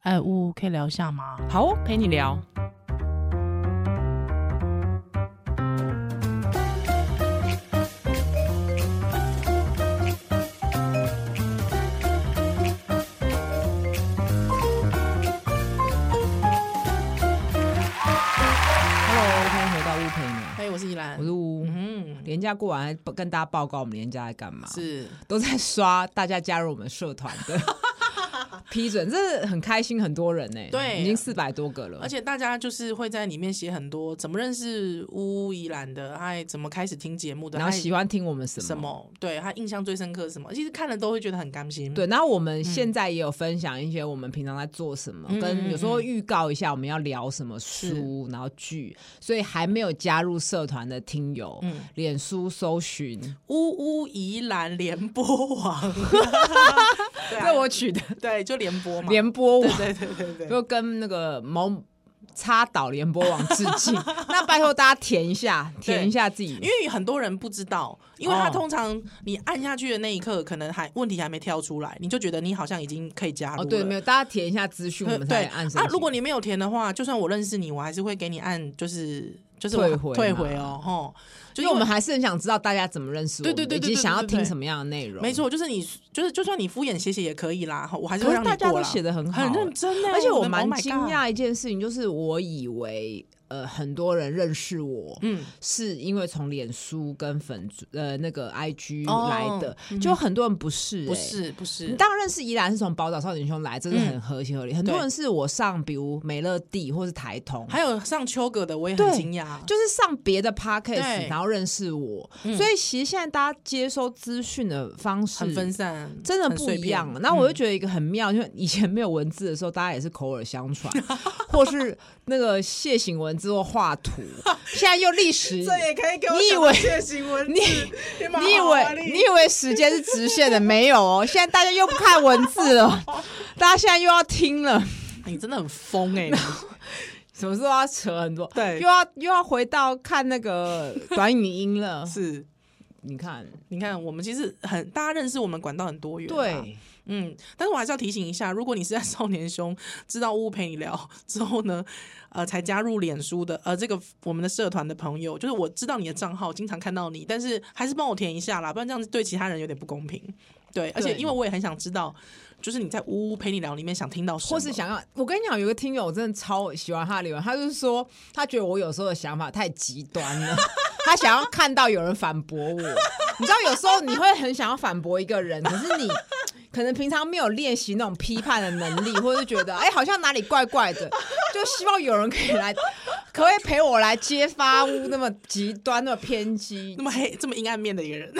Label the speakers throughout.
Speaker 1: 哎，呜，可以聊一下吗？
Speaker 2: 好哦，陪你聊。Hello，欢迎回到屋陪你聊，
Speaker 1: 哎，我是依兰
Speaker 2: 我，是屋。
Speaker 1: 嗯，
Speaker 2: 廉假过完，跟大家报告我们廉假在干嘛？
Speaker 1: 是
Speaker 2: 都在刷大家加入我们社团的 批准，这很开心，很多人呢、
Speaker 1: 对
Speaker 2: 已经四百多个了，
Speaker 1: 而且大家就是会在里面写很多怎么认识乌依兰的，还怎么开始听节目的，
Speaker 2: 然后
Speaker 1: 还
Speaker 2: 喜欢听我们什么
Speaker 1: 什么？对他印象最深刻是什么？其实看了都会觉得很甘心。
Speaker 2: 对，然后我们现在也有分享一些我们平常在做什么，
Speaker 1: 嗯嗯
Speaker 2: 跟
Speaker 1: 嗯
Speaker 2: 有时候预告一下我们要聊什么书，然后剧，所以还没有加入社团的听友，
Speaker 1: 嗯
Speaker 2: 脸书搜寻，
Speaker 1: 乌乌宜兰联播网， 对啊
Speaker 2: 这我取的
Speaker 1: 对就联播嘛，
Speaker 2: 联播网，
Speaker 1: 对对对对对，
Speaker 2: 就跟那个某插导联播网致敬。那拜托大家填一下，填一下自己
Speaker 1: 因，为很多人不知道，因为他
Speaker 2: 哦
Speaker 1: 通常你按下去的那一刻，可能还问题还没跳出来，你就觉得你好像已经可以加入了。
Speaker 2: 哦，对，没有，大家填一下资讯，我们才
Speaker 1: 对
Speaker 2: 能按申
Speaker 1: 啊，如
Speaker 2: 请
Speaker 1: 果你没有填的话，就算我认识你，我还是会给你按，就是就是我
Speaker 2: 退回
Speaker 1: 退
Speaker 2: 嘛
Speaker 1: 回哦，吼，就是
Speaker 2: 因为我们还是很想知道大家怎么认识我
Speaker 1: 对
Speaker 2: 们，
Speaker 1: 对对对
Speaker 2: 以
Speaker 1: 对
Speaker 2: 及想要
Speaker 1: 对对
Speaker 2: 听什么样的内容。
Speaker 1: 没，错，就是你就是就算你敷衍写写也可以啦，吼我还是
Speaker 2: 可
Speaker 1: 会
Speaker 2: 是
Speaker 1: 让你
Speaker 2: 大家
Speaker 1: 过
Speaker 2: 都
Speaker 1: 啦
Speaker 2: 写的很好，
Speaker 1: 很认真呢，
Speaker 2: 而且
Speaker 1: 我
Speaker 2: 我
Speaker 1: 的
Speaker 2: 蛮
Speaker 1: Oh my
Speaker 2: 惊
Speaker 1: God
Speaker 2: 讶欸一件事情，就是我以为呃很多人认识我，
Speaker 1: 嗯，
Speaker 2: 是因为从脸书跟粉猪呃那个 IG
Speaker 1: 哦
Speaker 2: 来的，就很多人不是、欸，
Speaker 1: 不。是不是，
Speaker 2: 当然认识依然是从宝岛少年兄来，这是很合情合理。很多
Speaker 1: 对
Speaker 2: 人是我上，比如美乐蒂或是台通，
Speaker 1: 还有上秋葛的，我也很
Speaker 2: 对
Speaker 1: 惊讶，
Speaker 2: 就是上别的 podcast，
Speaker 1: 对嗯
Speaker 2: 然后认识我。所以其实现在大家接收资讯的方式
Speaker 1: 很分散，
Speaker 2: 真的
Speaker 1: 很
Speaker 2: 不
Speaker 1: 碎
Speaker 2: 一
Speaker 1: 片嗯
Speaker 2: 样。那我就觉得一个很妙， 因为以前没有文字的时候，大家也是口耳相传， 或是那个楔形文字或画图。 现在又历史，你
Speaker 1: 这也可以给我
Speaker 2: 你以
Speaker 1: 想到
Speaker 2: 为
Speaker 1: 这些新闻字，
Speaker 2: 你
Speaker 1: 你蛮
Speaker 2: 以
Speaker 1: 好啊
Speaker 2: 为你以为时间是直线的？没有哦，现在大家又不看文 字了，大家现在又要听了。
Speaker 1: 你真的很疯哎，
Speaker 2: 什么时候要扯很多？
Speaker 1: 对。
Speaker 2: 又要又要回到看那个短语音了
Speaker 1: 是。
Speaker 2: 你看，
Speaker 1: 你看，我们其实很大家认识我们管道很多元，啊
Speaker 2: 对，
Speaker 1: 嗯，但是我还是要提醒一下，如果你是在少年兄知道屋陪你聊之后呢，呃，才加入脸书的呃这个我们的社团的朋友，就是我知道你的账号，经常看到你，但是还是帮我填一下啦，不然这样子对其他人有点不公平。对，而且因为我也很想知道，就是你在屋陪你聊里面想听到什么，
Speaker 2: 或是想要，我跟你讲，有个听友我真的超喜欢他的留言，他就是说他觉得我有时候的想法太极端了， 他想要看到有人反驳我。你知道，有时候你会很想要反驳一个人，可是你可能平常没有练习那种批判的能力，或者是觉得哎、好像哪里怪怪的，就希望有人可以来，可不可以陪我来揭发乌那么极端、那么 偏激
Speaker 1: 那、么黑这么阴暗面的一个人，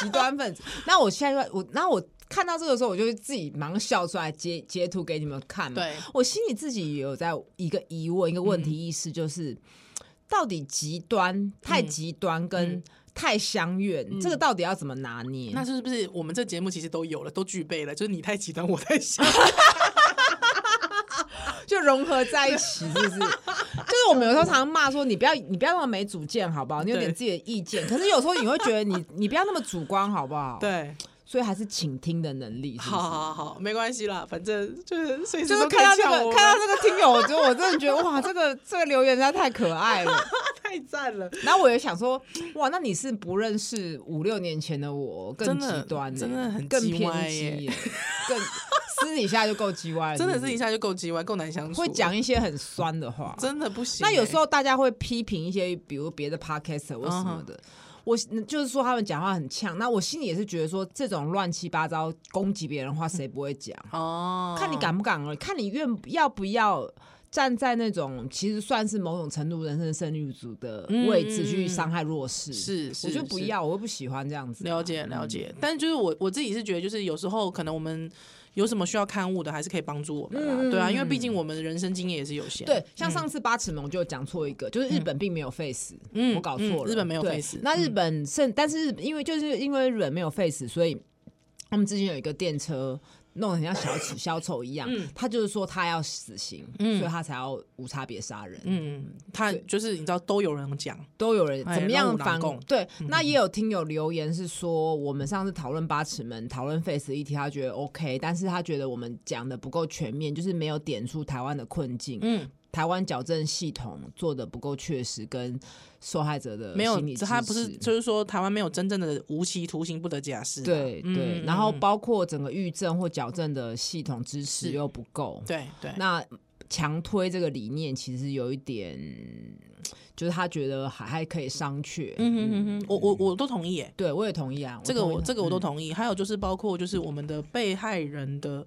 Speaker 2: 极端分子？那我现在就我，那我看到这个时候，我就会自己忙笑出来截截图给你们看嘛。
Speaker 1: 对，
Speaker 2: 我心里自己也有在一个疑问，一个问题
Speaker 1: 嗯
Speaker 2: 意识，就是、到底极端、太
Speaker 1: 嗯
Speaker 2: 极端跟太相怨，这个到底要怎么拿捏？
Speaker 1: 那是不是我们这节目其实都有了，都具备了？就是你太极端，我太小，
Speaker 2: 就融合在一起，是不是？ 就是我们有时候常常骂说，你不要你不要那么没主见，好不好？你有点
Speaker 1: 对
Speaker 2: 自己的意见，可是有时候你会觉得你你不要那么主观，好不好？，
Speaker 1: 对。
Speaker 2: 所以还是倾听的能力，是不
Speaker 1: 好
Speaker 2: 是？
Speaker 1: 好好，没关系啦，反正就是随时
Speaker 2: 就是
Speaker 1: 都可
Speaker 2: 看
Speaker 1: 以
Speaker 2: 到这
Speaker 1: 呛我啊
Speaker 2: 个
Speaker 1: 们
Speaker 2: 看到这个听友，我觉得我真的觉得哇，这个这个留言实在太可爱了。
Speaker 1: 太赞了，
Speaker 2: 然后我也想说，哇，那你是不认识五六年前的我，更
Speaker 1: 真
Speaker 2: 极
Speaker 1: 的
Speaker 2: 端、欸，
Speaker 1: 真的很
Speaker 2: 更
Speaker 1: GY
Speaker 2: 偏激耶、更私底下就够 G Y 了，
Speaker 1: 真的
Speaker 2: 是
Speaker 1: 是一下就够叽歪，够难相
Speaker 2: 不
Speaker 1: 处，
Speaker 2: 哎是会讲一些很酸的话。
Speaker 1: 真的不行欸、嗯
Speaker 2: 那有时候大家会批评一些，比如别的 podcaster 或什么的。我就是说他们讲话很呛，那我心里也是觉得说这种乱七八糟攻击别人的话，谁不会讲？
Speaker 1: 哦，
Speaker 2: 看你敢不敢而已，看你愿要不要站在那种其实算是某种程度人生胜利组的位置去伤害弱
Speaker 1: 嗯
Speaker 2: 势。
Speaker 1: 是，是
Speaker 2: 我就不
Speaker 1: 是
Speaker 2: 要，我嗯又不喜欢这样子。啊
Speaker 1: 了解了解，但是就是我我自己是觉得，就是有时候可能我们有什么需要刊物的，还是可以帮助我们啦，对啊，因为毕竟我们人生经验也是有限，
Speaker 2: 嗯对，像上次八尺门我就讲错一个，就是日本并没有 face，
Speaker 1: 嗯
Speaker 2: 我搞错
Speaker 1: 嗯
Speaker 2: 了、
Speaker 1: 日本没有
Speaker 2: 对
Speaker 1: face，
Speaker 2: 那日本甚，但是日因为就是因为日本没有 face，所以他们之前有一个电车弄得很像小丑 小丑一样，
Speaker 1: 嗯
Speaker 2: 他就是说他要死刑，
Speaker 1: 嗯
Speaker 2: 所以他才要无差别杀人。
Speaker 1: 嗯，他
Speaker 2: 对
Speaker 1: 就是你知道都有人讲，
Speaker 2: 都有人
Speaker 1: 哎
Speaker 2: 怎么
Speaker 1: 让
Speaker 2: 样
Speaker 1: 我
Speaker 2: 反
Speaker 1: 拿供
Speaker 2: 对，那
Speaker 1: 嗯
Speaker 2: 也有听友留言是说，我们上次讨论八尺门、讨论 Face 议题，他觉得 OK，但是他觉得我们讲的不够全面，就是没有点出台湾的困境，
Speaker 1: 嗯，
Speaker 2: 台湾矫正系统做的不够确实，跟受害者的
Speaker 1: 嗯没有
Speaker 2: 心理，
Speaker 1: 他
Speaker 2: 支
Speaker 1: 不是
Speaker 2: 持
Speaker 1: 就是说台湾没有真正的无期徒刑不得假释啊，
Speaker 2: 对
Speaker 1: 嗯
Speaker 2: 对，
Speaker 1: 嗯
Speaker 2: 然后
Speaker 1: 嗯
Speaker 2: 包括整个预政或矫正的系统支持
Speaker 1: 是
Speaker 2: 又不够，
Speaker 1: 对对，
Speaker 2: 那强推这个理念其实有一点，就是他觉得还还可以商榷。
Speaker 1: 嗯哼哼哼，我我我都同意耶，
Speaker 2: 对，我也同意啊。
Speaker 1: 这个
Speaker 2: 同意
Speaker 1: 我
Speaker 2: 同
Speaker 1: 这个我都
Speaker 2: 嗯
Speaker 1: 同意。还有就是包括就是我们的被害人的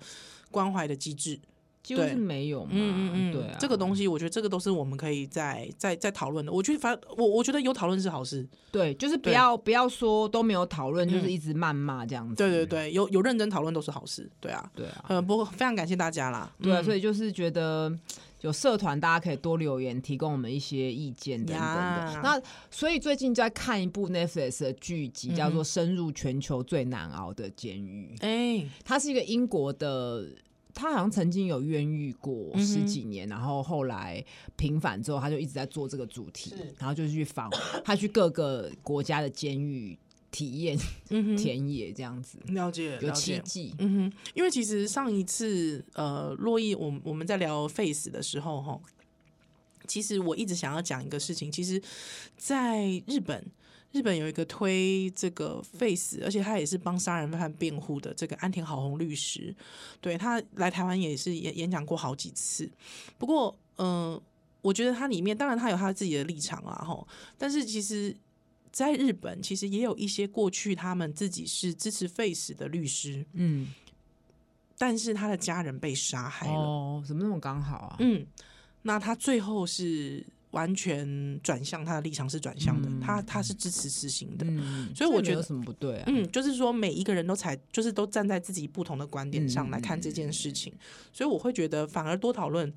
Speaker 1: 关怀的机制，
Speaker 2: 几乎是
Speaker 1: 对
Speaker 2: 没有嘛。
Speaker 1: 嗯嗯嗯，
Speaker 2: 对啊，
Speaker 1: 这个东西我觉得这个都是我们可以再再再讨论的。我觉得反我我觉得有讨论是好事，
Speaker 2: 对，就是不
Speaker 1: 对
Speaker 2: 要不要说都没有讨论，就是
Speaker 1: 嗯
Speaker 2: 一直谩骂这样子。
Speaker 1: 对对对，有有认真讨论都是好事，对啊。
Speaker 2: 对啊，
Speaker 1: 呃，不过非常感谢大家啦，
Speaker 2: 对啊，
Speaker 1: 嗯
Speaker 2: 所以就是觉得。有社团，大家可以多留言，提供我们一些意见等等的
Speaker 1: 呀。
Speaker 2: 那所以最近在看一部 Netflix 的剧集，叫
Speaker 1: 嗯
Speaker 2: 做《深入全球最难熬的监狱》。
Speaker 1: 哎，
Speaker 2: 他是一个英国的，他好像曾经有冤狱过
Speaker 1: 嗯哼
Speaker 2: 十几年，然后后来平反之后，他就一直在做这个主题
Speaker 1: 是，
Speaker 2: 然后就去访他去各个国家的监狱体验
Speaker 1: 嗯哼，
Speaker 2: 田野这样子，
Speaker 1: 了解
Speaker 2: 有
Speaker 1: 了
Speaker 2: 七
Speaker 1: 解。
Speaker 2: 季。
Speaker 1: 嗯哼，因为其实上一次呃，洛伊，我们我们在聊 Face 的时候，哈，其实我一直想要讲一个事情，其实，在日本，日本有一个推这个 Face，而且他也是帮杀人犯辩护的这个安田好宏律师，对他来台湾也是演演讲过好几次，不过，嗯、我觉得他里面当然他有他自己的立场啦，吼，但是其实。在日本，其实也有一些过去他们自己是支持 Face 的律师，
Speaker 2: 嗯，
Speaker 1: 但是他的家人被杀害了。
Speaker 2: 哦，怎么那么刚好啊？
Speaker 1: 嗯，那他最后是完全转向他的立场是转向的，
Speaker 2: 嗯
Speaker 1: 他他是支持死刑的。
Speaker 2: 嗯，
Speaker 1: 所以我觉得
Speaker 2: 这没有什么不对啊？
Speaker 1: 嗯，就是说每一个人都才就是都站在自己不同的观点上
Speaker 2: 嗯
Speaker 1: 来看这件事情，所以我会觉得反而多讨论。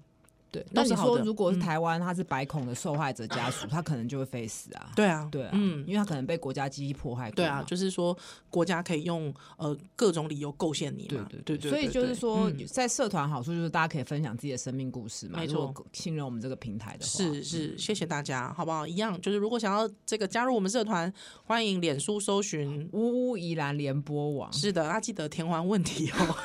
Speaker 2: 对。那
Speaker 1: 都是
Speaker 2: 你
Speaker 1: 好
Speaker 2: 说，
Speaker 1: 的
Speaker 2: 如果是
Speaker 1: 嗯
Speaker 2: 台湾，他是白孔的受害者家属，他可能就会非死啊。
Speaker 1: 对啊，
Speaker 2: 对啊，
Speaker 1: 嗯
Speaker 2: 因。为他可能被国家机器迫害过
Speaker 1: 对
Speaker 2: 嘛
Speaker 1: 啊，就是说国家可以用呃各种理由构陷你
Speaker 2: 对
Speaker 1: 嘛，
Speaker 2: 对
Speaker 1: 对
Speaker 2: 所以就是说，
Speaker 1: 嗯
Speaker 2: 在社团好处就是大家可以分享自己的生命故事嘛。
Speaker 1: 没
Speaker 2: 如果
Speaker 1: 错
Speaker 2: 信任我们这个平台的话，
Speaker 1: 是
Speaker 2: 嗯
Speaker 1: 是，谢谢大家，好不好？一样就是如果想要这个加入我们社团，欢迎脸书搜寻
Speaker 2: 呜呜宜兰联播网，
Speaker 1: 是的，啊要记得填完问题 哦。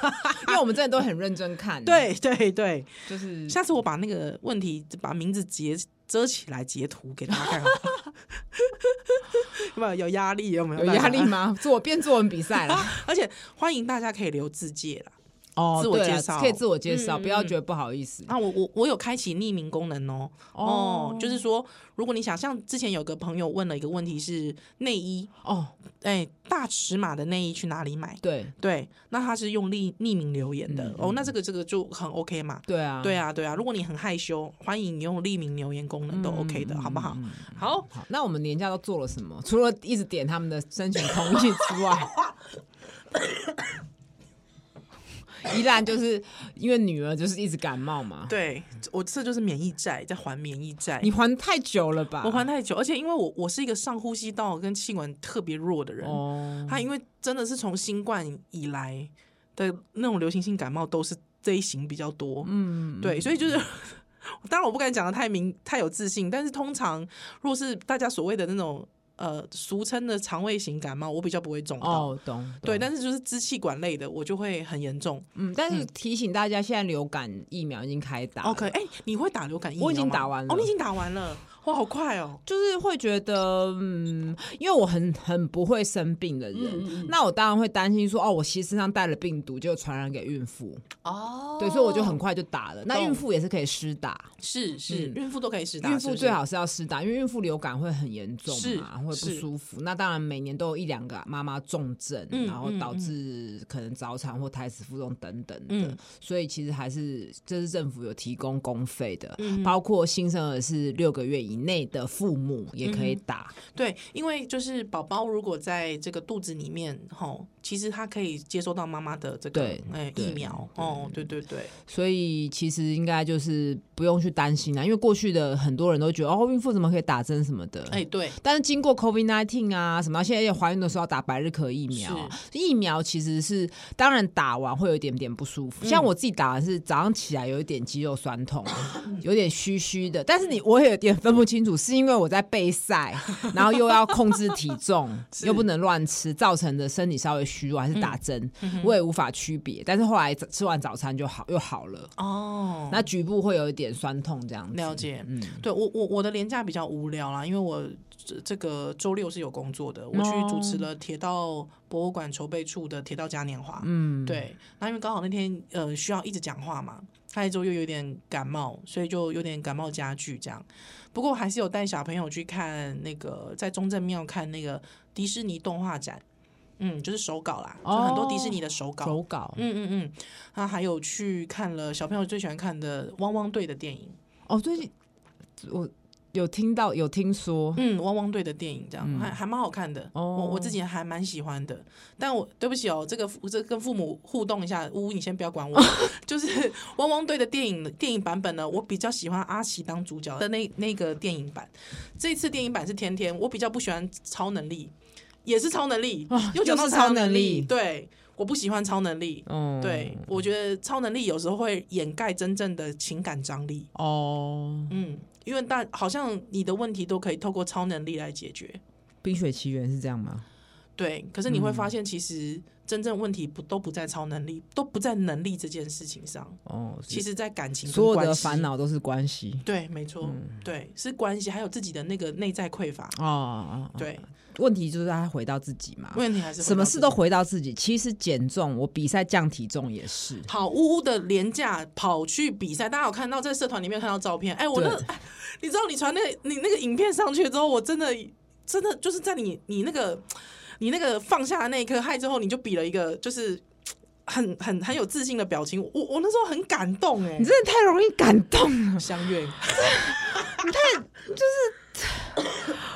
Speaker 2: 因为我们真的都很认真 看，，
Speaker 1: 对对对，
Speaker 2: 就是
Speaker 1: 下次我把那个问题把名字截遮起来，截图给大家看好不好， 有没有有压力？有没有
Speaker 2: 有压力
Speaker 1: 大家？
Speaker 2: 吗？作变作文比赛啦，
Speaker 1: 而且欢迎大家可以留字界啦。
Speaker 2: 哦
Speaker 1: 啊自我
Speaker 2: 对啦
Speaker 1: 介绍
Speaker 2: 可以自我介绍，
Speaker 1: 嗯
Speaker 2: 不要
Speaker 1: 嗯
Speaker 2: 觉得不好意思。
Speaker 1: 那我我我有开启匿名功能哦。哦，就是说，如果你想像之前有个朋友问了一个问题是内衣，
Speaker 2: 哦，
Speaker 1: 哎，大尺码的内衣去哪里买？
Speaker 2: 对
Speaker 1: 对，那他是用匿匿名留言的、
Speaker 2: 嗯
Speaker 1: 哦，那这个这个就很 OK 嘛。
Speaker 2: 对啊，
Speaker 1: 对啊，对啊，如果你很害羞，欢迎用匿名留言功能
Speaker 2: 嗯
Speaker 1: 都 OK 的，好不好？好，
Speaker 2: 好，那我们年假都做了什么？除了一直点他们的申请同意 之外，依然就是因为女儿就是一直感冒嘛。
Speaker 1: 对我这就是免疫债，在还免疫债
Speaker 2: 你。还太久了吧？
Speaker 1: 我还太久，而且因为我我是一个上呼吸道跟气管特别弱的人，
Speaker 2: 哦，
Speaker 1: 他因为真的是从新冠以来的那种流行性感冒都是这一型比较多，
Speaker 2: 嗯，
Speaker 1: 对，所以就是。 当然，我不敢讲的太明太有自信，但是通常若是大家所谓的那种呃俗称的肠胃型感冒，我比较不会中到。
Speaker 2: 哦，懂，
Speaker 1: 对，
Speaker 2: 懂
Speaker 1: 但是就是支气管类的，我就会很严重。
Speaker 2: 嗯，但是提醒大家，现在流感疫苗已经开打了
Speaker 1: OK，哎、你会打流感疫苗吗？
Speaker 2: 我已经打完了
Speaker 1: 哦，你已经打完了，哇，好快哦！
Speaker 2: 就是会觉得，嗯，因为我很很不会生病的人，
Speaker 1: 嗯
Speaker 2: 那我当然会担心说，哦，我其实身上带了病毒，就传染给孕妇，
Speaker 1: 哦
Speaker 2: 对，所以我就很快就打了。那
Speaker 1: 懂
Speaker 2: 孕妇也是可以施打，
Speaker 1: 是是，
Speaker 2: 嗯
Speaker 1: 孕妇都可以实打，
Speaker 2: 孕
Speaker 1: 是
Speaker 2: 妇
Speaker 1: 不是
Speaker 2: 最好是要施打，因为孕妇流感会很严重
Speaker 1: 是
Speaker 2: 嘛，会不
Speaker 1: 是
Speaker 2: 舒服。那当然每年都有一两个妈妈重症，
Speaker 1: 嗯
Speaker 2: 然后
Speaker 1: 嗯
Speaker 2: 导
Speaker 1: 嗯
Speaker 2: 致可能早产或胎死腹中等等的。
Speaker 1: 嗯
Speaker 2: 所以其实还是这是政府有提供公费的，
Speaker 1: 嗯
Speaker 2: 包括新生儿是六个月以内的父母也可以
Speaker 1: 嗯
Speaker 2: 打，
Speaker 1: 对，因为就是宝宝如果在这个肚子里面，吼，其实他可以接收到妈妈的这个
Speaker 2: 对
Speaker 1: 哎
Speaker 2: 对
Speaker 1: 疫苗，哦，对对对，
Speaker 2: 所以其实应该就是不用去担心啦，因为过去的很多人都觉得哦，孕妇怎么可以打针什么的，
Speaker 1: 哎对，
Speaker 2: 但是经过 COVID nineteen 啊，什么现在也怀孕的时候要打百日咳疫苗啊，疫苗其实是当然打完会有一点点不舒
Speaker 1: 嗯
Speaker 2: 服，像我自己打完是早上起来有一点肌肉酸痛， 有点虚虚的，但是你我也有点分不清楚，是因为我在备赛， 然后又要控制体重，又不能乱吃，造成的身体稍微虚弱，还是打
Speaker 1: 嗯
Speaker 2: 针，我也无法区别。但是后来吃完早餐就好，又好了。
Speaker 1: 哦，嗯
Speaker 2: 那局部会有一点酸痛这样子，
Speaker 1: 了解，对我我我的年假比较无聊啦，因为我这这个周六是有工作的，我去主持了铁道博物馆筹备处的铁道嘉年华，嗯，对，那因为刚好那天呃需要一直讲话嘛，他一周又有点感冒，所以就有点感冒加剧这样，不过还是有带小朋友去看那个在中正庙看那个迪士尼动画展，嗯，就是手稿啦，就很多迪士尼的哦手稿，
Speaker 2: 手稿，
Speaker 1: 嗯嗯嗯，他还有去看了小朋友最喜欢看的汪汪队的电影。
Speaker 2: 哦，最近我有听到有听说，
Speaker 1: 嗯，汪汪队的电影这样，
Speaker 2: 嗯
Speaker 1: 还还蛮好看的。
Speaker 2: 哦
Speaker 1: 我我自己还蛮喜欢的。但我对不起哦，这个父这跟父母互动一下，呜，你先不要 管我。就是 汪汪队的电影电影版本呢，我比较喜欢阿奇当主角的那那个电影版。这次电影版是天天，我比较不喜欢超能力，也是超能力，又讲到
Speaker 2: 啊又是超
Speaker 1: 能
Speaker 2: 能力
Speaker 1: 对，我不喜欢超能力。
Speaker 2: 嗯，
Speaker 1: 对，我觉得超能力有时候会掩盖真正的情感张力。
Speaker 2: 哦，
Speaker 1: 嗯，因为大好像你的问题都可以透过超能力来解决，
Speaker 2: 《冰雪奇缘》是这样吗？
Speaker 1: 对。可是你会发现，其实真正问题不都不在超能力，都不在能力这件事情上，
Speaker 2: 哦，
Speaker 1: 其实在感情跟
Speaker 2: 所有
Speaker 1: 关
Speaker 2: 的
Speaker 1: 系
Speaker 2: 烦。恼都是关系。
Speaker 1: 对，没错，对，是关系，还有自己的那个内在匮乏。
Speaker 2: 哦哦，哦，
Speaker 1: 对，
Speaker 2: 问题就是他回到自己嘛，
Speaker 1: 问题还是回到
Speaker 2: 什么事
Speaker 1: 自己
Speaker 2: 都回到自己。其实减重，我比赛降体重也是。
Speaker 1: 好呜呜的廉价跑去比赛，大家有看到在社团里面看到照片？哎、我那，
Speaker 2: 对
Speaker 1: 哎你知道你传那你那个影片上去之后，我真的真的就是在你你那个你那个放下的那一刻，嗨之后你就比了一个就是很很很有自信的表情，我我那时候很感动哎、
Speaker 2: 你真的太容易感动了。
Speaker 1: 相 怨，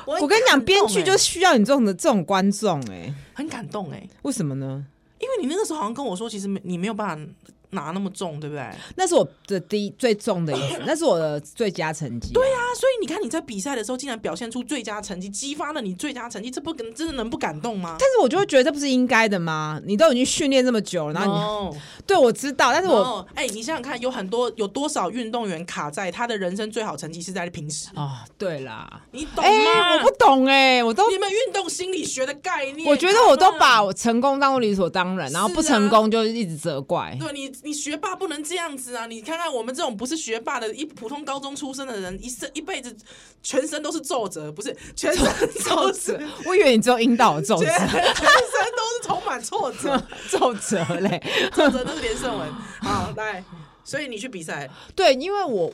Speaker 1: 我
Speaker 2: 我跟你讲，
Speaker 1: 很感动
Speaker 2: 编剧
Speaker 1: 哎
Speaker 2: 就需要你这种的这种观众哎、
Speaker 1: 很感动哎、
Speaker 2: 为什么呢？
Speaker 1: 因为你那个时候好像跟我说，其实没你没有办法拿那么重，对不对？
Speaker 2: 那是我的第一最重的一次，那是我的最佳成绩、对呀、
Speaker 1: 啊，所以你看你在比赛的时候竟然表现出最佳成绩，激发了你最佳成绩，这不跟真的能不感动吗？
Speaker 2: 但是我就会觉得这不是应该的吗？你都已经训练这么久了，然后你、
Speaker 1: 哦，
Speaker 2: 对我知道，但是我
Speaker 1: 哦，哎、你想想看，有很多有多少运动员卡在他的人生最好成绩是在平时，
Speaker 2: 啊、对啦，
Speaker 1: 你懂吗？
Speaker 2: 哎、我不懂哎、我都
Speaker 1: 你们运动心理学的概念，
Speaker 2: 我觉得我都把
Speaker 1: 我
Speaker 2: 我成功当做理所当然，然后
Speaker 1: 是啊
Speaker 2: 不成功就一直责怪。
Speaker 1: 对你，你学霸不能这样子啊！你看看我们这种不是学霸的，一普通高中出身的人，一生一辈子全身都是皱褶，不是全身皱褶，
Speaker 2: 我以为你只有引导我皱
Speaker 1: 全全
Speaker 2: 褶，
Speaker 1: 身都是充满挫折。
Speaker 2: 皱褶嘞。
Speaker 1: 作者那是连胜文。好，来，所以你去比赛，
Speaker 2: 对，因为我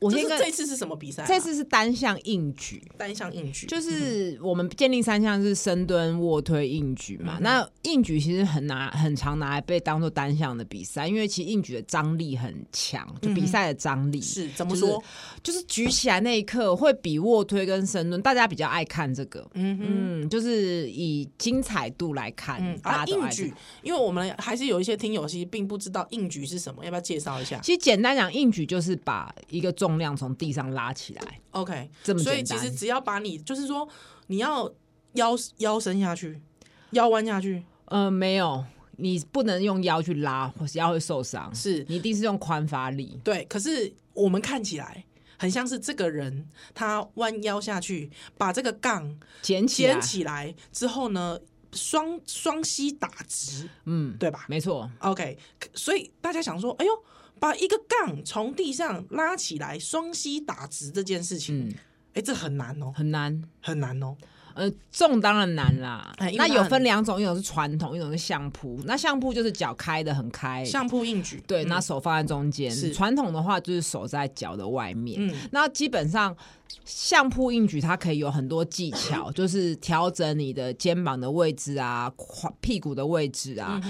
Speaker 2: 我
Speaker 1: 这
Speaker 2: 先
Speaker 1: 是
Speaker 2: 跟
Speaker 1: 这次是什么比赛啊、
Speaker 2: 这次是单项硬举，
Speaker 1: 单项硬举，嗯
Speaker 2: 就是我们鉴定三项是深蹲、卧推、硬举嘛。那硬举其实很拿很常拿来被当做单项的比赛，因为其实硬举的张力很强，就比赛的张力、
Speaker 1: 嗯是怎么
Speaker 2: 就是
Speaker 1: 说？
Speaker 2: 就是举起来那一刻会比卧推跟深蹲，大家比较爱看这个。
Speaker 1: 嗯哼。
Speaker 2: 嗯，就是以精彩度来看，
Speaker 1: 嗯啊，
Speaker 2: 大家都
Speaker 1: 硬
Speaker 2: 爱看
Speaker 1: 举，因为我们还是有一些听友其实并不知道硬举是什么，要不要介绍一下
Speaker 2: 其实简单讲，硬举就是把一个重量从地上拉起来，
Speaker 1: ？OK，
Speaker 2: 这么
Speaker 1: 所以
Speaker 2: 简
Speaker 1: 其
Speaker 2: 单。
Speaker 1: 实只要把你，就是说你要腰腰伸下去，腰弯下去，
Speaker 2: 呃，没有，你不能用腰去拉，或是腰会受伤，
Speaker 1: 是
Speaker 2: 你一定是用髋发力。
Speaker 1: 对。可是我们看起来很像是这个人他弯腰下去，把这个杠
Speaker 2: 捡起来，
Speaker 1: 捡起来之后呢，双双膝打直，
Speaker 2: 嗯，
Speaker 1: 对吧
Speaker 2: 没错，
Speaker 1: ？OK，所以大家想说，哎呦，把一个杠从地上拉起来，双膝打直这件事情，
Speaker 2: 嗯，
Speaker 1: 哎、这很难哦，
Speaker 2: 很难。
Speaker 1: 很难哦。
Speaker 2: 呃，重当然难啦。
Speaker 1: 哎因为
Speaker 2: 那
Speaker 1: 它
Speaker 2: 有
Speaker 1: 很
Speaker 2: 分两种，一种是传统，一种是相扑。那相扑就是脚开的很开，
Speaker 1: 相扑硬举，
Speaker 2: 对，
Speaker 1: 嗯
Speaker 2: 那手放在中间。
Speaker 1: 是
Speaker 2: 传统的话就是手在脚的外面。
Speaker 1: 嗯
Speaker 2: 那基本上相扑硬举它可以有很多技 巧，就是调整你的肩膀的位置啊，胯啊
Speaker 1: 嗯
Speaker 2: 屁股的位置啊，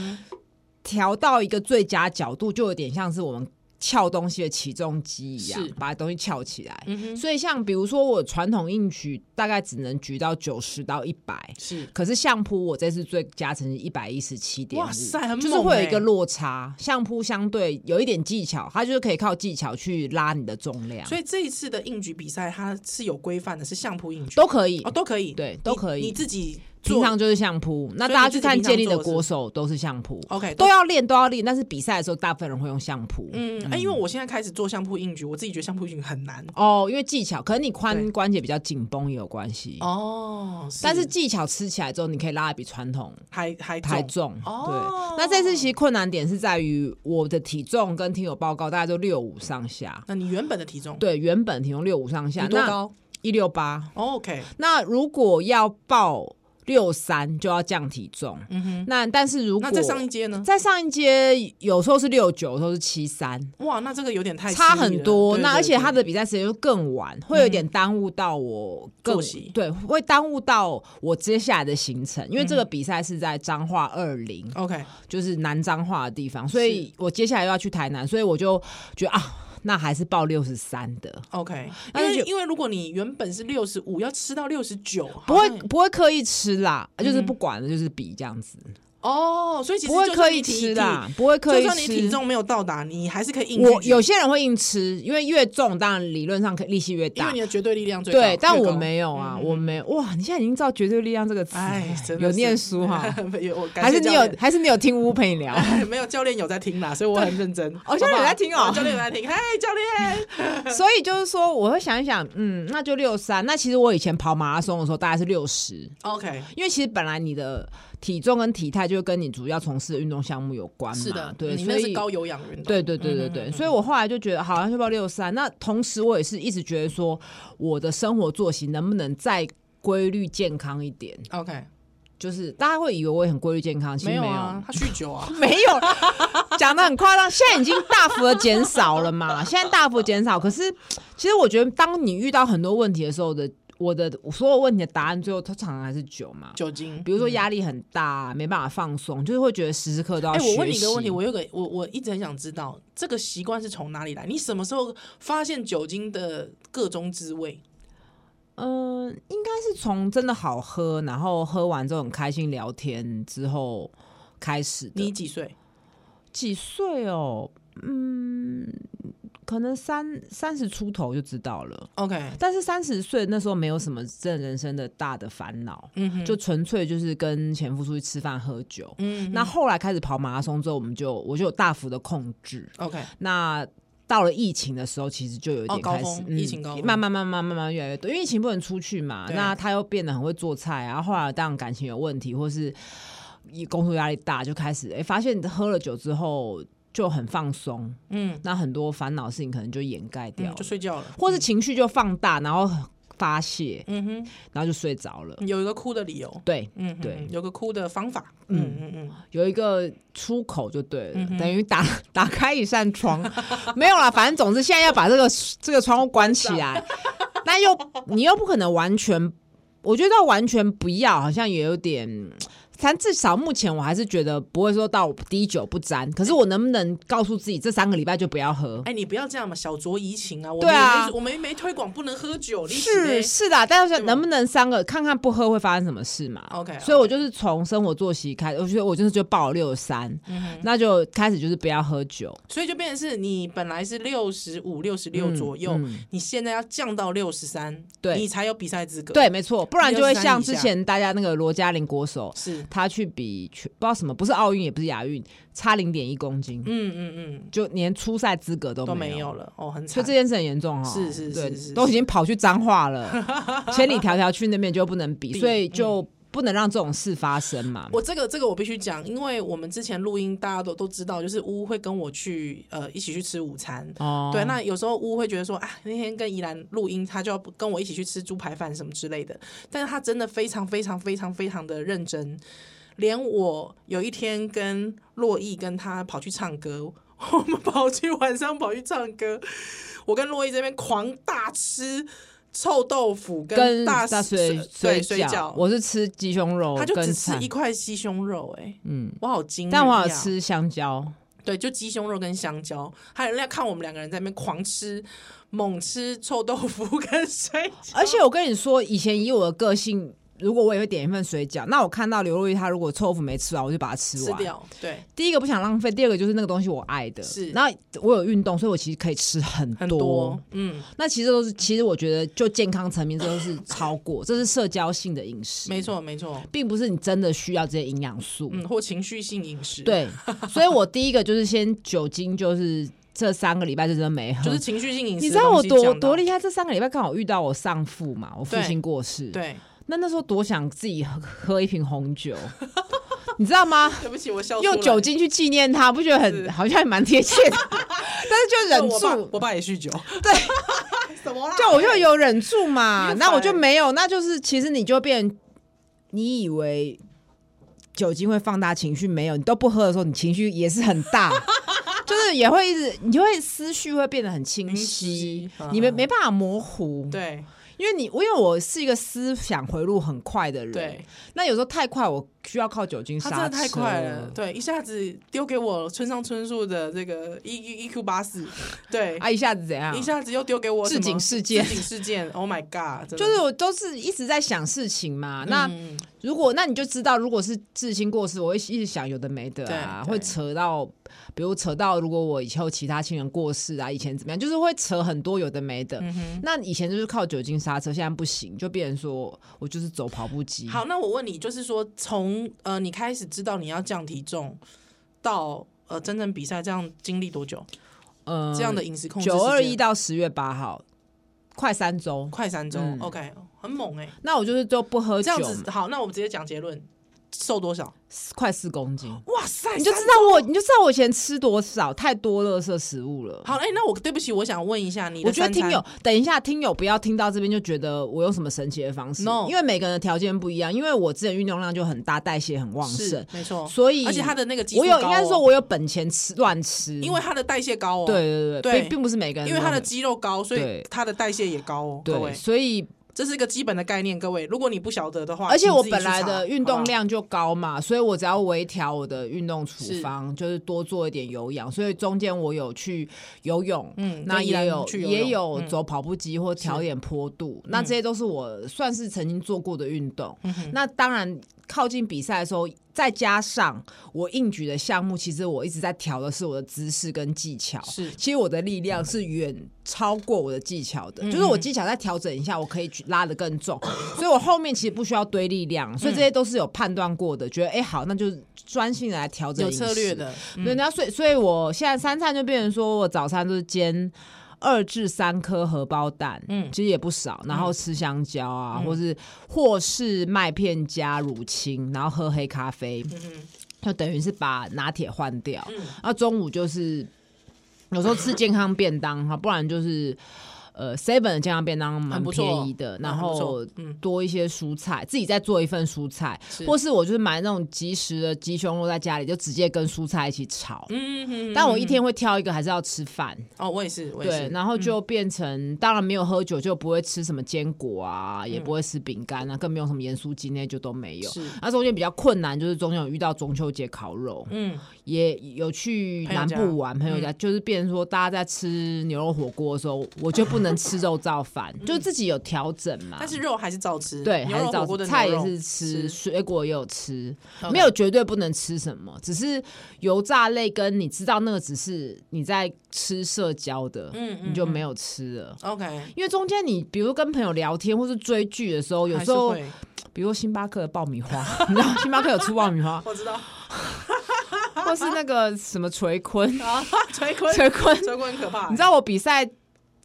Speaker 2: 调到一个最佳角度，就有点像是我们。撬东西的起重机一样
Speaker 1: 是，
Speaker 2: 把东西撬起来。
Speaker 1: 嗯哼，
Speaker 2: 所以像比如说我传统硬举大概只能举到九十到一百，
Speaker 1: 是
Speaker 2: 可是相扑我这次最加成一百一十七点五，
Speaker 1: 哇塞，很猛、欸，
Speaker 2: 就是会有一个落差。相扑相对有一点技巧，它就是可以靠技巧去拉你的重量，
Speaker 1: 所以这一次的硬举比赛，它是有规范的，是相扑硬举
Speaker 2: 都可以
Speaker 1: 哦，。都可以，
Speaker 2: 对
Speaker 1: 你
Speaker 2: 都可以
Speaker 1: 你自己
Speaker 2: 平
Speaker 1: 做
Speaker 2: 常就是相扑，那
Speaker 1: 所以
Speaker 2: 大家
Speaker 1: 你自
Speaker 2: 去
Speaker 1: 己
Speaker 2: 看
Speaker 1: 平常
Speaker 2: 接力的
Speaker 1: 做的是哦
Speaker 2: 国手都是相扑，
Speaker 1: OK
Speaker 2: 都。要练都要练，但是比赛的时候大部分人会用相扑。
Speaker 1: 嗯，哎、因为我现在开始做相扑硬举，我自己觉得相扑硬举很难
Speaker 2: 哦，因为技巧，可能你髋
Speaker 1: 对
Speaker 2: 关节比较紧绷也有关系，
Speaker 1: 哦。
Speaker 2: 但是技巧吃起来之后，你可以拉的比传统
Speaker 1: 还还
Speaker 2: 还
Speaker 1: 重
Speaker 2: 重。
Speaker 1: 哦
Speaker 2: 对，那这次其实困难点是在于我的体重跟听友报告大概都六五上下，
Speaker 1: 那你原本的体重
Speaker 2: 对，原本体重六五上下，
Speaker 1: 你多
Speaker 2: 那
Speaker 1: 高
Speaker 2: 一六八，
Speaker 1: 哦？OK，
Speaker 2: 那如果要报六三就要降体重，
Speaker 1: 嗯哼，
Speaker 2: 那但是如果
Speaker 1: 那再上一阶呢？
Speaker 2: 在上一阶有时候是六九，有时候是七三，
Speaker 1: 哇，那这个有点太
Speaker 2: 差
Speaker 1: 犀利
Speaker 2: 很
Speaker 1: 了
Speaker 2: 多。
Speaker 1: 对
Speaker 2: 那
Speaker 1: 对
Speaker 2: 而且他
Speaker 1: 对
Speaker 2: 的比赛时间又更晚，会有点耽误到我更
Speaker 1: 嗯作息
Speaker 2: 对，会耽误到我接下来的行程，因为这个比赛是在彰化二零、
Speaker 1: OK，
Speaker 2: 就是南彰化的地方，所以我接下来又要去台南，所以我就觉得啊。那还是报六十三的，
Speaker 1: OK，因
Speaker 2: 但
Speaker 1: 为
Speaker 2: 是就
Speaker 1: 因为如果你原本是六十五，要吃到六十九，
Speaker 2: 不会不会刻意吃啦，就是不管了，就是比这样子，
Speaker 1: 哦，所以嗯其实
Speaker 2: 不会
Speaker 1: 就
Speaker 2: 刻
Speaker 1: 算你
Speaker 2: 意
Speaker 1: 体
Speaker 2: 吃
Speaker 1: 体
Speaker 2: 啦，不会刻
Speaker 1: 就
Speaker 2: 意
Speaker 1: 算你体
Speaker 2: 吃。
Speaker 1: 重没有到达，你还是可以硬
Speaker 2: 我
Speaker 1: 拒绝
Speaker 2: 有些人会硬吃，因为越重当然理论上可力气越
Speaker 1: 因为
Speaker 2: 大
Speaker 1: 你，的绝对力量最高
Speaker 2: 对，但
Speaker 1: 越
Speaker 2: 我
Speaker 1: 高
Speaker 2: 没有啊，我没有哇！你现在已经知道“绝对力量”这个词，
Speaker 1: 哎，真的
Speaker 2: 有
Speaker 1: 是，
Speaker 2: 念书哈，
Speaker 1: 有我感
Speaker 2: 还
Speaker 1: 谢
Speaker 2: 是你
Speaker 1: 教
Speaker 2: 有
Speaker 1: 练
Speaker 2: 还是你有听乌陪你聊？
Speaker 1: 没有教练有在听啦，所以我很认真。
Speaker 2: 哦教练有在听哦
Speaker 1: 好不好教练有在听。嗨，教 练，
Speaker 2: 所以就是说，我会想一想，嗯，那就六三。那其实我以前跑马拉松的时候大概是六十，
Speaker 1: OK，
Speaker 2: 因为其实本来你的体重跟体态就跟你主要从事的运动项目有关嘛，
Speaker 1: 是的，
Speaker 2: 对，
Speaker 1: 嗯你
Speaker 2: 所
Speaker 1: 那是
Speaker 2: 以。
Speaker 1: 高有氧运动。嗯
Speaker 2: 对对对对对，所以我后来就觉得好啊像就报六三。那同时我也是一直觉得说，我的生活作息能不能再规律健康一点？
Speaker 1: ，OK，
Speaker 2: 就是大家会以为我也很规律健康，其实
Speaker 1: 没
Speaker 2: 没
Speaker 1: 有
Speaker 2: 有。。
Speaker 1: 啊，他酗酒啊
Speaker 2: 没有，讲的很夸张。现在已经大幅的减少了嘛，现在大幅减少。可是，其实我觉得，当你遇到很多问题的时候的，我的所有问题的答案，最后通常还是酒嘛。
Speaker 1: 酒精，
Speaker 2: 比如说压力很大，没办法放松，就是会觉得时时刻刻都要
Speaker 1: 哎、
Speaker 2: 学习。
Speaker 1: 我问你一个问题，我有个我我一直很想知道这个习惯是从哪里来？你什么时候发现酒精的各种滋味？
Speaker 2: 嗯、应该是从真的好喝，然后喝完之后很开心聊天之后开始的。
Speaker 1: 你几岁？
Speaker 2: 几岁哦？嗯，可能三三十出头就知道了。
Speaker 1: OK，
Speaker 2: 但是三十岁那时候没有什么真的人生的大的烦恼，
Speaker 1: 嗯哼，
Speaker 2: 就纯粹就是跟前夫出去吃饭喝酒。
Speaker 1: 嗯
Speaker 2: 那后来开始跑马拉松之后，我们就我就有大幅的控制。
Speaker 1: OK，
Speaker 2: 那到了疫情的时候，其实就有一
Speaker 1: 哦
Speaker 2: 点
Speaker 1: 高
Speaker 2: 开始，嗯
Speaker 1: 峰疫情高峰
Speaker 2: 慢慢慢慢慢慢越来越多，因为疫情不能出去嘛，
Speaker 1: 对
Speaker 2: 那他又变得很会做菜啊，然后后来当然感情有问题，或是一工作压力大，就开始哎、发现喝了酒之后就很放松，
Speaker 1: 嗯
Speaker 2: 那很多烦恼事情可能就掩盖
Speaker 1: 嗯，
Speaker 2: 掉了
Speaker 1: 就睡觉了。
Speaker 2: 或是情绪就放大，然后发泄，
Speaker 1: 嗯哼，
Speaker 2: 然后就睡着了。
Speaker 1: 有一个哭的理由。
Speaker 2: 对，
Speaker 1: 嗯哼，
Speaker 2: 对
Speaker 1: 有个哭的方法。嗯嗯嗯，
Speaker 2: 有一个出口就对了，
Speaker 1: 嗯哼
Speaker 2: 等于打 打开一扇窗， 没有啦，反正总之现在要把这个这个窗户关起来， 那又你又不可能完全，我觉得完全不要，好像也有点，但至少目前我还是觉得不会说到滴酒不沾，可是我能不能告诉自己这三个礼拜就不要喝？
Speaker 1: 哎、你不要这样嘛，小酌怡情啊！我
Speaker 2: 对
Speaker 1: 们也
Speaker 2: 啊
Speaker 1: 没我们没推广不能喝酒，你
Speaker 2: 是
Speaker 1: 嘞
Speaker 2: 是的，但是
Speaker 1: 对吧
Speaker 2: 能不能三个看看不喝会发生什么事嘛
Speaker 1: OK，
Speaker 2: 所以我就是从生活作息开始，我觉得我就是就报六三，
Speaker 1: 嗯
Speaker 2: 那就开始就是不要喝酒，
Speaker 1: 所以就变成是你本来是六十五、六十六
Speaker 2: 嗯
Speaker 1: 左右，
Speaker 2: 嗯
Speaker 1: 你现在要降到六十三，
Speaker 2: 对
Speaker 1: 你才有比赛资格。，
Speaker 2: 对，没错，不然就会
Speaker 1: 63
Speaker 2: 像
Speaker 1: 以下
Speaker 2: 之前大家那个罗嘉玲国手，
Speaker 1: 是，
Speaker 2: 他去比全不知道什么，不是奥运也不是亚运，差零点一公斤，
Speaker 1: 嗯嗯嗯，
Speaker 2: 就连初赛资格都
Speaker 1: 都
Speaker 2: 没
Speaker 1: 没有。了，哦，很惨
Speaker 2: 所以这。件事很严重哦，
Speaker 1: 是是是
Speaker 2: 对
Speaker 1: 是是
Speaker 2: 都已经跑去彰 化了，千里迢迢去那边就不能比，
Speaker 1: 比
Speaker 2: 所以就不能让这种事发生嘛。
Speaker 1: 我这个这个我必须讲，因为我们之前录音大家都都知道，就是乌会跟我去呃一起去吃午餐，
Speaker 2: 哦，
Speaker 1: 对，那有时候乌会觉得说，啊，那天跟宜兰录音，他就要跟我一起去吃猪排饭什么之类的。但是他真的非常非常非常非常的认真，连我有一天跟洛毅跟他跑去唱歌， 我们跑去晚上跑去唱歌，我跟洛毅这边狂大吃臭豆腐
Speaker 2: 跟
Speaker 1: 大
Speaker 2: 大水
Speaker 1: 水对水
Speaker 2: 饺，我是吃鸡胸肉，
Speaker 1: 他就
Speaker 2: 跟
Speaker 1: 只吃
Speaker 2: 菜
Speaker 1: 一块鸡胸肉、哎，
Speaker 2: 嗯，
Speaker 1: 我好惊讶，
Speaker 2: 但我有吃香蕉，
Speaker 1: 对，就鸡胸肉跟香蕉，还有人家看我们两个人在那边狂吃、猛吃臭豆腐跟水 饺，
Speaker 2: 而且我跟你说，以前以我的个性，如果我也会点一份水饺，那我看到刘若英她如果臭豆腐没吃完，我就把它吃
Speaker 1: 吃
Speaker 2: 完。
Speaker 1: 掉。对，
Speaker 2: 第一个不想浪费，第二个就是那个东西我爱的。
Speaker 1: 是
Speaker 2: 然后我有运动，所以我其实可以吃很多。
Speaker 1: 很多，嗯，
Speaker 2: 那其实都是，其实我觉得就健康层面，这都是超过，这是社交性的饮食，
Speaker 1: 没错，没错，
Speaker 2: 并不是你真的需要这些营养素。
Speaker 1: 嗯，或情绪性饮食，，
Speaker 2: 对，所以我第一个就是先酒精，就是这三个礼拜就真的没喝。
Speaker 1: 就是情绪性饮食。
Speaker 2: 你知道我多多？厉害？这三个礼拜刚好遇到我丧父嘛，我父
Speaker 1: 啊对
Speaker 2: 亲过世。
Speaker 1: 对，
Speaker 2: 那那时候多想自己喝喝一瓶红酒， 你知道 吗？
Speaker 1: 对不起，我笑出来。
Speaker 2: 用酒精去纪念他，不觉得
Speaker 1: 是
Speaker 2: 很好像也蛮贴切 的？但是就忍
Speaker 1: 我爸
Speaker 2: 住，
Speaker 1: 我爸也酗酒。
Speaker 2: 对，
Speaker 1: 什么啦？
Speaker 2: 就我就有忍住嘛
Speaker 1: 你很烦，
Speaker 2: 那我就没有，那就是其实你就变，你以为酒精会放大情绪，没有，你都不喝的时候，你情绪也是很 大，就是也会一直，你就会思绪会变得很清
Speaker 1: 明
Speaker 2: 晰
Speaker 1: 晰，嗯
Speaker 2: 你们没办法模糊，
Speaker 1: 对
Speaker 2: 因为你我因为我是一个思想回路很快的人，
Speaker 1: 对，
Speaker 2: 那有时候太快，我需要靠酒精
Speaker 1: 他
Speaker 2: 刹
Speaker 1: 真
Speaker 2: 车，
Speaker 1: 的太快了，对，一下子丢给我村上春树的这个 E E E Q 八四，对，
Speaker 2: 啊，一下子怎样
Speaker 1: 一？下子又丢给我
Speaker 2: 置
Speaker 1: 什么
Speaker 2: 景事件
Speaker 1: 置景事件，Oh my God，真的
Speaker 2: 就是我都是一直在想事情嘛，那。
Speaker 1: 嗯
Speaker 2: 如果那你就知道，如果是至亲过世，我会一直想有的没的啊，
Speaker 1: 对对
Speaker 2: 会扯到，比如扯到如果我以后其他亲人过世啊，以前怎么样，就是会扯很多有的没
Speaker 1: 嗯
Speaker 2: 的。那以前就是靠酒精刹车，现在不行，就变成说我就是走跑步机。
Speaker 1: 好，那我问你，就是说从呃你开始知道你要降体重到呃真正比赛，这样经历多久？
Speaker 2: 嗯，
Speaker 1: 这样的饮食控制
Speaker 2: 九二一
Speaker 1: 到
Speaker 2: 到十月八号，快三周。
Speaker 1: 快三周、
Speaker 2: 嗯
Speaker 1: o k 很猛哎、欸，
Speaker 2: 那我就是都不喝
Speaker 1: 这
Speaker 2: 酒
Speaker 1: 样
Speaker 2: 嘛，
Speaker 1: 子好，那我们直接讲结论，瘦多少？
Speaker 2: 快四公斤，
Speaker 1: 哇塞，
Speaker 2: 你就知道我，你就知道我以前吃多少，太多垃圾食物了。
Speaker 1: 好，哎、那我对不起，我想问一下你的
Speaker 2: 我觉得
Speaker 1: 三餐，
Speaker 2: 听友，等一下听友不要听到这边就觉得我有什么神奇的方式
Speaker 1: No
Speaker 2: 因为每个人的条件不一样。因为我之前运动量就很大，代谢很旺盛
Speaker 1: 是，没错，
Speaker 2: 所以
Speaker 1: 而且他的那个激素
Speaker 2: 我有
Speaker 1: 高
Speaker 2: 应该
Speaker 1: 哦
Speaker 2: 说我有本钱吃乱吃，
Speaker 1: 因为他的代谢高哦，
Speaker 2: 对，对对
Speaker 1: 对
Speaker 2: 并并不是每个人
Speaker 1: 因
Speaker 2: 都
Speaker 1: 为
Speaker 2: 很，
Speaker 1: 他的肌肉高，所以
Speaker 2: 对
Speaker 1: 他的代谢也高哦，各
Speaker 2: 对，
Speaker 1: 位，
Speaker 2: 所以
Speaker 1: 这是一个基本的概念，各位，如果你不晓得的话，
Speaker 2: 而且
Speaker 1: 请
Speaker 2: 我
Speaker 1: 自己
Speaker 2: 本
Speaker 1: 去
Speaker 2: 来
Speaker 1: 查
Speaker 2: 的运动，量就高嘛，所以我只要微调我的运动处
Speaker 1: 是
Speaker 2: 方，就是多做一点有氧。所以中间我有去游泳，
Speaker 1: 嗯
Speaker 2: 那
Speaker 1: 跟宜
Speaker 2: 也
Speaker 1: 兰
Speaker 2: 有
Speaker 1: 去游
Speaker 2: 也
Speaker 1: 泳
Speaker 2: 有
Speaker 1: 嗯
Speaker 2: 走跑步机或调一点坡度，那这些都是我算是曾经做过的运动。
Speaker 1: 嗯
Speaker 2: 那当然靠近比赛的时候。再加上我应举的项目，其实我一直在调的是我的姿势跟技巧。
Speaker 1: 是
Speaker 2: 其实我的力量是远超过我的技巧
Speaker 1: 嗯
Speaker 2: 的，就是我技巧再调整一下，我可以去拉得更 重，所以我后面其实不需要堆力量，
Speaker 1: 嗯
Speaker 2: 所以这些都是有判断过的，觉得哎、诶好，那就专心的来调整
Speaker 1: 有
Speaker 2: 饮食
Speaker 1: 策略。的，嗯
Speaker 2: 对，那所以所以我现在三餐就变成说我早餐都是煎。二至三颗荷包蛋，
Speaker 1: 嗯
Speaker 2: 嗯，其实也不少，然后吃香蕉啊，或是或是麦片加乳清，然后喝黑咖啡，
Speaker 1: 嗯
Speaker 2: 就等于是把拿铁换掉。
Speaker 1: 嗯
Speaker 2: 那中午就是有时候吃健康便当哈，不然就是呃 seven 的健康便当蛮
Speaker 1: 很不错嗯
Speaker 2: 便宜的，然后
Speaker 1: 很不错嗯
Speaker 2: 多一些蔬菜，自己再做一份蔬菜，
Speaker 1: 是
Speaker 2: 或是我就是买那种即食的鸡胸肉在家里就直接跟蔬菜一起炒。
Speaker 1: 嗯嗯，
Speaker 2: 但我一天会挑一个，还是要吃饭，
Speaker 1: 哦，我也是，我也
Speaker 2: 对，
Speaker 1: 是，嗯
Speaker 2: 然后就变成，当然没有喝酒就不会吃什么坚果啊，也不会吃饼干啊，更没有什么盐酥鸡那些就都没有。
Speaker 1: 嗯是，
Speaker 2: 那中间比较困难，就是中间有遇到中秋节烤肉，
Speaker 1: 嗯，
Speaker 2: 也有去南
Speaker 1: 朋友家嗯
Speaker 2: 部玩，朋友家就是变成说，大家在吃牛肉火锅的时候，我就不能吃肉燥饭， 就自己有调整嘛。
Speaker 1: 嗯但是肉还是照吃，
Speaker 2: 对，
Speaker 1: 牛
Speaker 2: 还是
Speaker 1: 肉火
Speaker 2: 照
Speaker 1: 锅
Speaker 2: 吃
Speaker 1: 的
Speaker 2: 菜
Speaker 1: 牛
Speaker 2: 也
Speaker 1: 肉
Speaker 2: 是吃，
Speaker 1: 吃
Speaker 2: 水果也有吃，
Speaker 1: OK
Speaker 2: 没有绝对不能吃什么，只是油炸类跟你知道那个只是你在吃社交的，
Speaker 1: 嗯嗯
Speaker 2: 你就没有吃了。
Speaker 1: ，OK，
Speaker 2: 因为中间你比如跟朋友聊天或是追剧的时候，有
Speaker 1: 还
Speaker 2: 时
Speaker 1: 是
Speaker 2: 候
Speaker 1: 会
Speaker 2: 比如说星巴克的爆米花， 你知道星巴克有出爆米花，
Speaker 1: 我知道，
Speaker 2: 或是那个什么锤坤，
Speaker 1: 啊， 垂坤，
Speaker 2: 锤坤，
Speaker 1: 垂坤很可怕，
Speaker 2: 你知
Speaker 1: 道？
Speaker 2: 道我比赛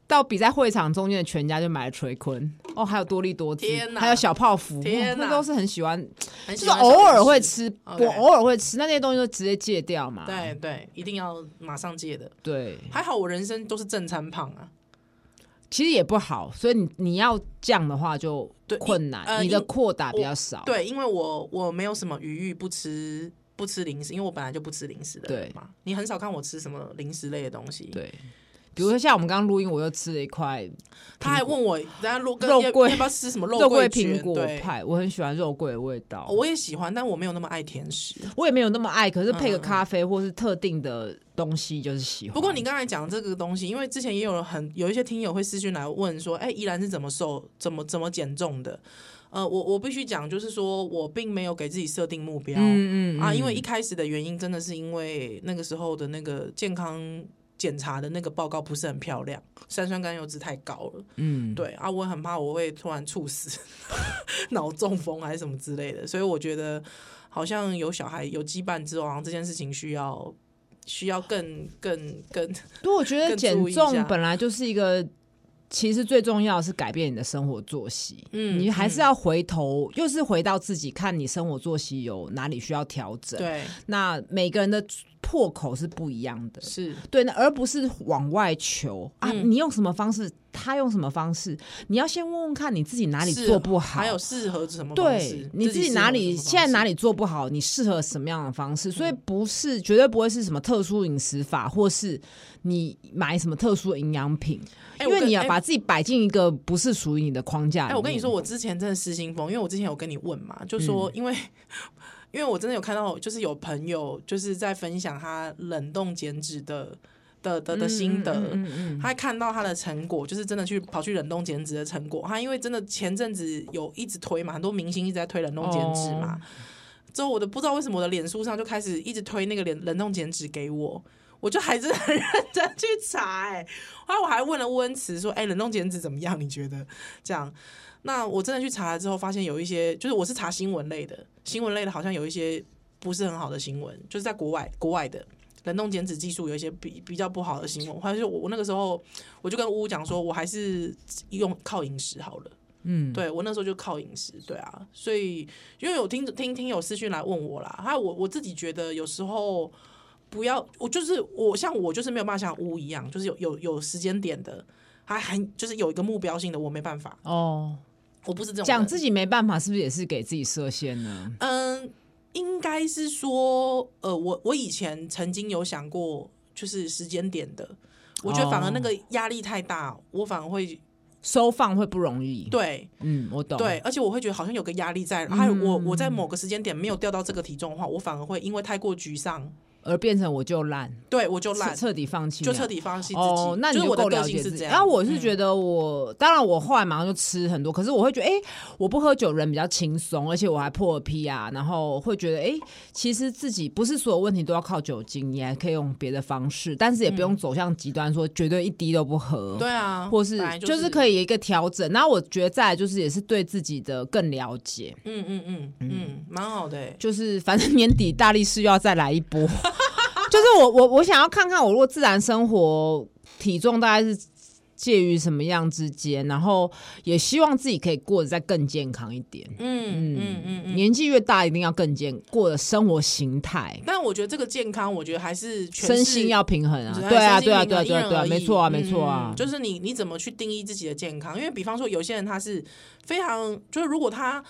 Speaker 2: 到比赛会场中间的全家就买了锤坤，哦，还有多利多滋
Speaker 1: 天，哪
Speaker 2: 还有小泡芙，
Speaker 1: 天哪
Speaker 2: 那都是很喜欢，
Speaker 1: 很
Speaker 2: 就
Speaker 1: 喜
Speaker 2: 是
Speaker 1: 欢
Speaker 2: 偶
Speaker 1: 小
Speaker 2: 尔
Speaker 1: 零
Speaker 2: 会
Speaker 1: 食，
Speaker 2: 吃，
Speaker 1: OK
Speaker 2: 我偶尔会吃，那些东西就直接戒掉嘛。
Speaker 1: 对对，一定要马上戒的。
Speaker 2: 对，
Speaker 1: 还好我人生都是正餐胖啊，
Speaker 2: 其实也不好，所以你你要降的话就
Speaker 1: 对
Speaker 2: 困
Speaker 1: 因呃
Speaker 2: 难，你的
Speaker 1: 因
Speaker 2: 扩打比较少。
Speaker 1: 对，因为我我没有什么余裕不吃不吃零食，因为我本来就不吃零食的人
Speaker 2: 对
Speaker 1: 嘛。你很少看我吃什么零食类的东西。
Speaker 2: 对。比如说像我们刚刚录音，我又吃了一块
Speaker 1: 他还问我，人家肉跟
Speaker 2: 肉
Speaker 1: 要
Speaker 2: 桂
Speaker 1: 要不要吃什么
Speaker 2: 肉
Speaker 1: 桂
Speaker 2: 桂
Speaker 1: 卷
Speaker 2: 苹果
Speaker 1: 对，哦
Speaker 2: 派，我很喜欢肉桂的味道。
Speaker 1: 我也喜欢，但我没有那么爱甜食。
Speaker 2: 我也没有那么爱，可是配
Speaker 1: 嗯
Speaker 2: 个
Speaker 1: 嗯
Speaker 2: 咖啡或是特定的东西就是喜欢。
Speaker 1: 不过你刚才讲这个东西，因为之前也有很有一些听友会私讯来问说，哎，依然是怎么瘦、怎么怎么减重的？呃，我我必须讲，就是说我并没有给自己设定目标、
Speaker 2: 嗯嗯
Speaker 1: 啊，
Speaker 2: 嗯
Speaker 1: 因为一开始的原因真的是因为那个时候的那个健康检查的那个报告不是很漂亮，三酸甘油脂太高了。
Speaker 2: 嗯
Speaker 1: 对啊，我很怕我会突然猝死、 脑中风还是什么之类的，所以我觉得好像有小孩有羁绊之后，好像这件事情需要需要更更更
Speaker 2: 对，我觉得
Speaker 1: 更
Speaker 2: 减
Speaker 1: 注意一下
Speaker 2: 重本来就是一个，其实最重要的是改变你的生活作息。
Speaker 1: 嗯
Speaker 2: 你还是
Speaker 1: 嗯
Speaker 2: 要回头，又是回到自己，看你生活作息有哪里需要调整。，
Speaker 1: 对
Speaker 2: 那每个人的破口是不一样的。
Speaker 1: 是
Speaker 2: 对，那而不是往外求啊！
Speaker 1: 嗯
Speaker 2: 你用什么方式，他用什么方式，你要先问问看你自己哪里
Speaker 1: 适
Speaker 2: 做
Speaker 1: 合
Speaker 2: 不好，
Speaker 1: 还有适合什么方
Speaker 2: 对
Speaker 1: 式
Speaker 2: 你自己
Speaker 1: 适
Speaker 2: 哪
Speaker 1: 合
Speaker 2: 里
Speaker 1: 什么
Speaker 2: 现在
Speaker 1: 方
Speaker 2: 哪
Speaker 1: 式嗯
Speaker 2: 里做不好，你适合什么样的方式，所以不是绝对不会是什么特殊饮食法，或是你买什么特殊营养品，
Speaker 1: 哎
Speaker 2: 因
Speaker 1: 我
Speaker 2: 为
Speaker 1: 跟
Speaker 2: 你要
Speaker 1: 哎
Speaker 2: 把自己摆进一个不是属于你的嗯框架。
Speaker 1: 哎、我跟你说，，我之前真的失心疯，因为我之前有跟你问嘛，就说因为、 因为我真的有看到，就是有朋友就是在分享他冷冻减脂的的的的心得。
Speaker 2: 嗯嗯
Speaker 1: 他看到他的成果，就是真的去跑去冷冻减脂的成果。他因为真的前阵子有一直推嘛，很多明星一直在推冷冻减脂嘛。之后我的不知道为什么我的脸书上就开始一直推那个冷冷冻减脂给我，我就还真的很认真去查哎、后来我还问了温慈说：“哎、冷冻减脂怎么样？你觉得这样？”那我真的去查了之后，发现有一些就是我是查新闻类的，新闻类的好像有一些不是很好的新闻，就是在国外国外的冷冻减脂技术有一些比比较不好的新闻。还是我我那个时候我就跟呜呜讲说，我还是用靠饮食好了。
Speaker 2: 嗯，
Speaker 1: 对我那时候就靠饮食，对啊，所以因为有听听听有私讯来问我啦，还有我我自己觉得有时候不要，我就是我像我就是没有办法像乌一样，就是有有有时间点的，还很就是有一个目标性的，我没办法，
Speaker 2: 哦，
Speaker 1: 我不是这种
Speaker 2: 讲
Speaker 1: 人
Speaker 2: 自己没办法，是不是也是给自己设限呢？
Speaker 1: 嗯，应该是说，呃，我我以前曾经有想过，就是时间点的，我觉得反而那个压力太大，我反而会
Speaker 2: 收放会不容易。
Speaker 1: 对
Speaker 2: 嗯，我懂。嗯
Speaker 1: 对，而且我会觉得好像有个压力在，还有我我在某个时间点没有掉到这个体重的话，我反而会因为太过沮丧，
Speaker 2: 而变成我就烂，
Speaker 1: 对我就
Speaker 2: 彻
Speaker 1: 懒，
Speaker 2: 彻底放弃
Speaker 1: 就
Speaker 2: 了，
Speaker 1: 彻底放弃自己。
Speaker 2: 哦，那你
Speaker 1: 就是我的
Speaker 2: 够了嗯
Speaker 1: 个
Speaker 2: 解
Speaker 1: 性
Speaker 2: 自
Speaker 1: 是
Speaker 2: 己。
Speaker 1: 这样。
Speaker 2: 然后我是觉得我，当然我后来马上就吃很多，可是我会觉得，哎、我不喝酒人比较轻松，而且我还破了 P 啊，然后会觉得，哎、其实自己不是所有问题都要靠酒精，你还可以用别的方式，但是也不用走向极端，说绝对一滴都不喝。
Speaker 1: 对啊，
Speaker 2: 或是
Speaker 1: 本来
Speaker 2: 就是
Speaker 1: 是
Speaker 2: 可以有一个调整，然后我觉得再来就是也是对自己的更了解，
Speaker 1: 嗯嗯嗯嗯，蛮好的欸。
Speaker 2: 就是反正年底大力士又要再来一波， 就是我我我想要看看我如果自然生活体重大概是介于什么样之间，然后也希望自己可以过得再更健康一点。
Speaker 1: 嗯嗯嗯嗯。
Speaker 2: 年纪越大，一定要更健，过的生活形态、
Speaker 1: 但我觉得这个健康，我觉得还是全
Speaker 2: 身
Speaker 1: 是
Speaker 2: 心要平衡啊
Speaker 1: 只！
Speaker 2: 对啊，
Speaker 1: 还是
Speaker 2: 对啊，
Speaker 1: 因
Speaker 2: 对啊，
Speaker 1: 人
Speaker 2: 对啊，对啊，
Speaker 1: 而异
Speaker 2: 没错啊，
Speaker 1: 嗯
Speaker 2: 没错啊
Speaker 1: 嗯，就是你你怎么去定义自己的健康？因为比方说，有些人他是非常，就是如果他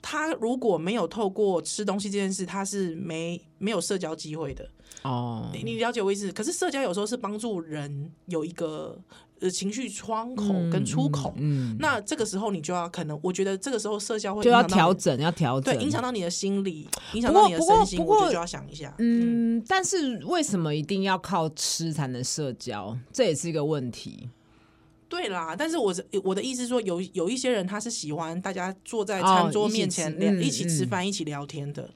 Speaker 1: 他如果没有透过吃东西这件事，他是没没有社交机会的。
Speaker 2: 哦，
Speaker 1: 你你了解我意思？可是社交有时候是帮助人有一个呃情绪窗口跟出口。
Speaker 2: 嗯，嗯
Speaker 1: 那这个时候你就要可能，我觉得这个时候社交会
Speaker 2: 就要
Speaker 1: 影响到你
Speaker 2: 调，整，要调整，
Speaker 1: 对，影响到你的心理，影响
Speaker 2: 不
Speaker 1: 到
Speaker 2: 过
Speaker 1: 你的
Speaker 2: 不过
Speaker 1: 身心，
Speaker 2: 不
Speaker 1: 我觉
Speaker 2: 过
Speaker 1: 得就要想一下。
Speaker 2: 嗯，但是为什么一定要靠吃才能社交？这也是一个问题。
Speaker 1: 对啦，但是我是我的意思是说，有有一些人他是喜欢大家坐在
Speaker 2: 哦
Speaker 1: 餐桌
Speaker 2: 一起
Speaker 1: 面
Speaker 2: 吃
Speaker 1: 前聊、
Speaker 2: 嗯
Speaker 1: 一起吃
Speaker 2: 嗯
Speaker 1: 饭、一起聊天的。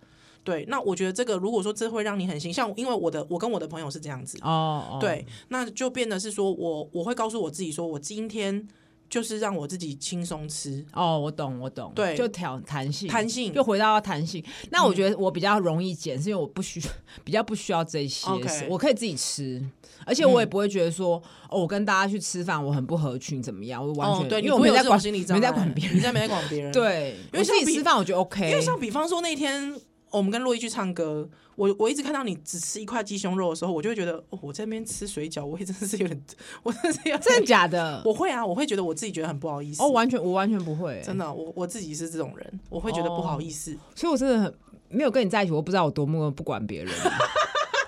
Speaker 1: 对，那我觉得这个如果说这会让你很心，像因为我的我跟我的朋友是这样子，
Speaker 2: 哦，哦，
Speaker 1: 对，那就变得是说我我会告诉我自己说，我今天就是让我自己轻松吃，
Speaker 2: 哦，我懂，我懂，
Speaker 1: 对
Speaker 2: 就调弹性，
Speaker 1: 弹性
Speaker 2: 嗯
Speaker 1: 嗯
Speaker 2: 又回到弹性。那我觉得我比较容易减，是因为我不需 比较不需要这些
Speaker 1: OK 嗯
Speaker 2: 是我可以自己吃，而且我也不会觉得说，哦，我跟大家去吃饭，我很不合群，怎么样？我完
Speaker 1: 哦
Speaker 2: 全，
Speaker 1: 对，
Speaker 2: 因
Speaker 1: 你
Speaker 2: 为我
Speaker 1: 不会
Speaker 2: 没
Speaker 1: 有
Speaker 2: 在
Speaker 1: 这种
Speaker 2: 管，
Speaker 1: 心理障
Speaker 2: 没在
Speaker 1: 碍
Speaker 2: 管别
Speaker 1: 你
Speaker 2: 人，
Speaker 1: 在没在管别人，。
Speaker 2: 对，
Speaker 1: 因为
Speaker 2: 我
Speaker 1: 像
Speaker 2: 自己
Speaker 1: 比
Speaker 2: 吃饭我觉得
Speaker 1: 因为
Speaker 2: OK，
Speaker 1: 像比方说那天我们跟洛伊去唱歌，我我一直看到你只吃一块鸡胸肉的时候，我就会觉得、哦、我在那边吃水饺，我也真的是有点， 我真的是有
Speaker 2: 真
Speaker 1: 点，
Speaker 2: 的假的？
Speaker 1: 我会啊，我会觉得我自己觉得很不好意思。
Speaker 2: 哦，完全我完全不会、
Speaker 1: 真的，我我自己是这种人，我会觉得不好意思。
Speaker 2: 所以我真的很没有跟你在一起，我不知道我多么不管别人，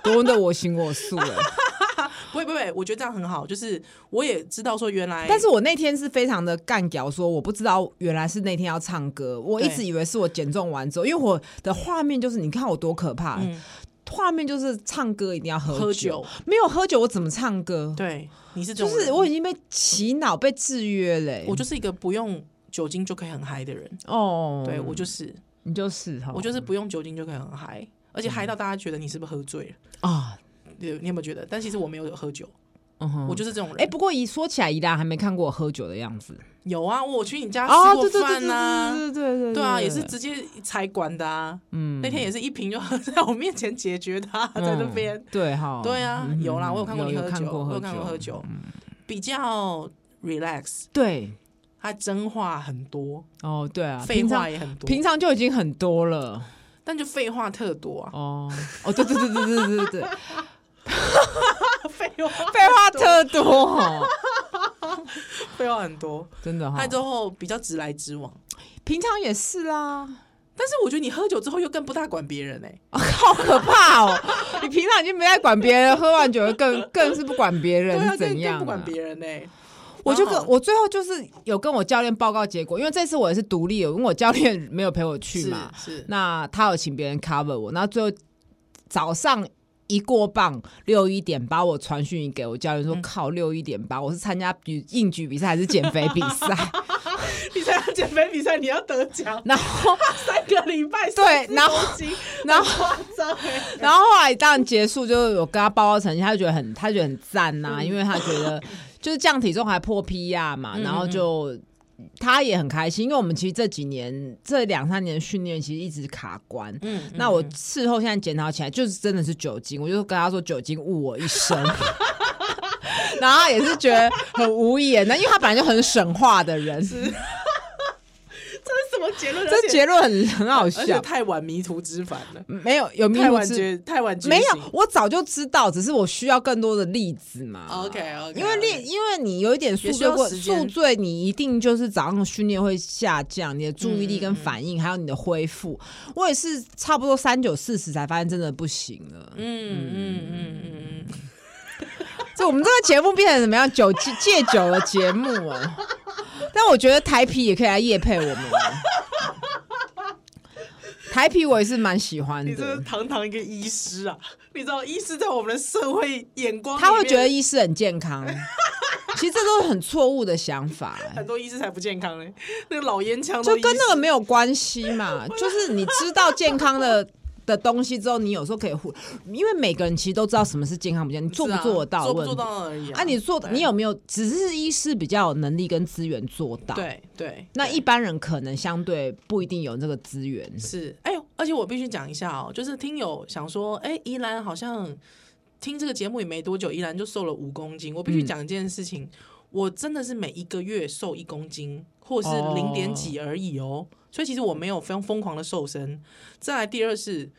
Speaker 2: 多么的我行我素哎、
Speaker 1: 不会不会，我觉得这样很好，就是我也知道说原来，
Speaker 2: 但是我那天是非常的干屌，说我不知道原来是那天要唱歌，我一
Speaker 1: 对
Speaker 2: 直以为是我减重完之后，因为我的画面就是你看我多可怕，
Speaker 1: 嗯
Speaker 2: 画面就是唱歌一定要喝
Speaker 1: 喝
Speaker 2: 酒
Speaker 1: 酒，
Speaker 2: 没有喝酒我怎么唱歌？
Speaker 1: 对你是这
Speaker 2: 就
Speaker 1: 种人，
Speaker 2: 是我已经被洗脑、被制约欸嘞、
Speaker 1: 我就是一个不用酒精就可以很嗨的人，
Speaker 2: 哦，
Speaker 1: 对我就是
Speaker 2: 你就是哈，
Speaker 1: 我就是不用酒精就可以很嗨，而且嗨到大家觉得你是不是喝醉了？
Speaker 2: 啊，
Speaker 1: 对，你有没有觉得？但其实我没有喝酒，
Speaker 2: 嗯哼
Speaker 1: 我就是这种
Speaker 2: 哎、
Speaker 1: 人。
Speaker 2: 不过一说起来，宜兰还没看过我喝酒的样子
Speaker 1: 有啊，我去你家
Speaker 2: 哦，
Speaker 1: 吃
Speaker 2: 对
Speaker 1: 过
Speaker 2: 对对对
Speaker 1: 饭呐。
Speaker 2: 对对对对，
Speaker 1: 对啊，也是直接才管的啊。
Speaker 2: 嗯
Speaker 1: 那天也是一瓶就在我面前解决他，在那边。
Speaker 2: 嗯对哈，
Speaker 1: 对啊
Speaker 2: 嗯，
Speaker 1: 有啦，我有看过你
Speaker 2: 有
Speaker 1: 喝
Speaker 2: 看
Speaker 1: 酒，
Speaker 2: 过
Speaker 1: 我
Speaker 2: 喝嗯
Speaker 1: 有看过喝酒，比较 relax，
Speaker 2: 对
Speaker 1: 他真话很多，
Speaker 2: 哦对啊，
Speaker 1: 废
Speaker 2: 平常
Speaker 1: 话也很多，
Speaker 2: 平常就已经很多了
Speaker 1: 但就废话特多啊，
Speaker 2: 哦哦对对对对对对对，哦
Speaker 1: 废 话
Speaker 2: 废话特多哦，
Speaker 1: 废话很多。
Speaker 2: 真的哈
Speaker 1: 他，之后比较直来直往，
Speaker 2: 平常也是啦，
Speaker 1: 但是我觉得你喝酒之后又更不大管别人哎、
Speaker 2: 好可怕哦！ 你平常已经没在管别人，喝完酒更更是不管别
Speaker 1: 对
Speaker 2: 人
Speaker 1: 啊，
Speaker 2: 是
Speaker 1: 更
Speaker 2: 怎样、
Speaker 1: 更不管别人哎、
Speaker 2: 我就
Speaker 1: 然
Speaker 2: 跟
Speaker 1: 后
Speaker 2: 我最后就是有跟我教练报告结果，因为这次我也是独立的，因为我教练没有陪我去嘛，
Speaker 1: 是是
Speaker 2: 那他有请别人 cover 我，那最后早上。一过磅六一点八，我传讯给我教练说：“靠，六一点八，我是参加比应举比赛还是减肥比赛 ，
Speaker 1: 你参加减肥比赛，你要得奖？”
Speaker 2: 然后，
Speaker 1: 三个礼拜
Speaker 2: 对然后
Speaker 1: 后
Speaker 2: 然后
Speaker 1: 夸张 哎，
Speaker 2: 然后后来当然结束，就是我跟他报告成绩，他就觉得很，他觉得很赞呐、因为他觉得就是降体重还破 P 亚嘛，
Speaker 1: 嗯
Speaker 2: 然后就他也很开心，因为我们其实这几年这两三年训练其实一直卡关。
Speaker 1: 嗯
Speaker 2: 那我事后现在检讨起来，就是真的是酒精，我就跟他说酒精误我一生。 然后他也是觉得很无言的，因为他本来就很省话的人，
Speaker 1: 这是什么结论？而
Speaker 2: 这
Speaker 1: 且
Speaker 2: 结论很很好
Speaker 1: 而且
Speaker 2: 笑。
Speaker 1: 太晚迷途知返了，
Speaker 2: 没有有迷
Speaker 1: 太
Speaker 2: 途
Speaker 1: 晚
Speaker 2: 知
Speaker 1: 觉太晚觉
Speaker 2: 没
Speaker 1: 醒
Speaker 2: 有，我早就知道，只是我需要更多的例子嘛。
Speaker 1: OK 哦 OK，
Speaker 2: 因为练，因为你有一点宿
Speaker 1: 也需
Speaker 2: 醉
Speaker 1: 要
Speaker 2: 过，
Speaker 1: 时间
Speaker 2: 宿醉你一定就是早上训练会下降，你的注意力跟
Speaker 1: 嗯嗯嗯
Speaker 2: 反应，还有你的恢复。
Speaker 1: 嗯
Speaker 2: 我也是差不多三九四十才发现真的不行了。
Speaker 1: 嗯嗯嗯嗯嗯，
Speaker 2: 这我们这个节目变成怎么样？酒戒戒酒的节 目啊！但我觉得台啤也可以来夜配我们啊。台啤我也是蛮喜欢
Speaker 1: 你这
Speaker 2: 的
Speaker 1: 是，堂堂一个医师啊，你知道医师在我们的社会眼光里面，
Speaker 2: 他会觉得医师很健康，其实这都是很错误的想 法、欸
Speaker 1: 很多医师才不健康嘞，那个老烟枪
Speaker 2: 就
Speaker 1: 都
Speaker 2: 跟
Speaker 1: 医
Speaker 2: 那个没有关 系嘛，就是你知道健康的。的东西之后，你有时候可以互，因为每个人其实都知道什么是健康不健康，你做
Speaker 1: 是
Speaker 2: 不
Speaker 1: 啊
Speaker 2: 做得到的
Speaker 1: 做不
Speaker 2: 问
Speaker 1: 做
Speaker 2: 题。
Speaker 1: 到而已
Speaker 2: 啊，你做的，你
Speaker 1: 对
Speaker 2: 有没有？只是医师比较有能力跟资源做到，。
Speaker 1: 对对，
Speaker 2: 那一般人可能相对不一定有这个资源，
Speaker 1: 是，哎、呦，而且我必须讲一下哦，就是听友想说，哎、依兰好像听这个节目也没多久，依兰就瘦了五公斤。我必须
Speaker 2: 嗯
Speaker 1: 讲一件事情，我真的是每一个月瘦一公斤，或是
Speaker 2: 哦
Speaker 1: 零点几而已哦。所以其实我没有非常疯狂的瘦身。再来第二是，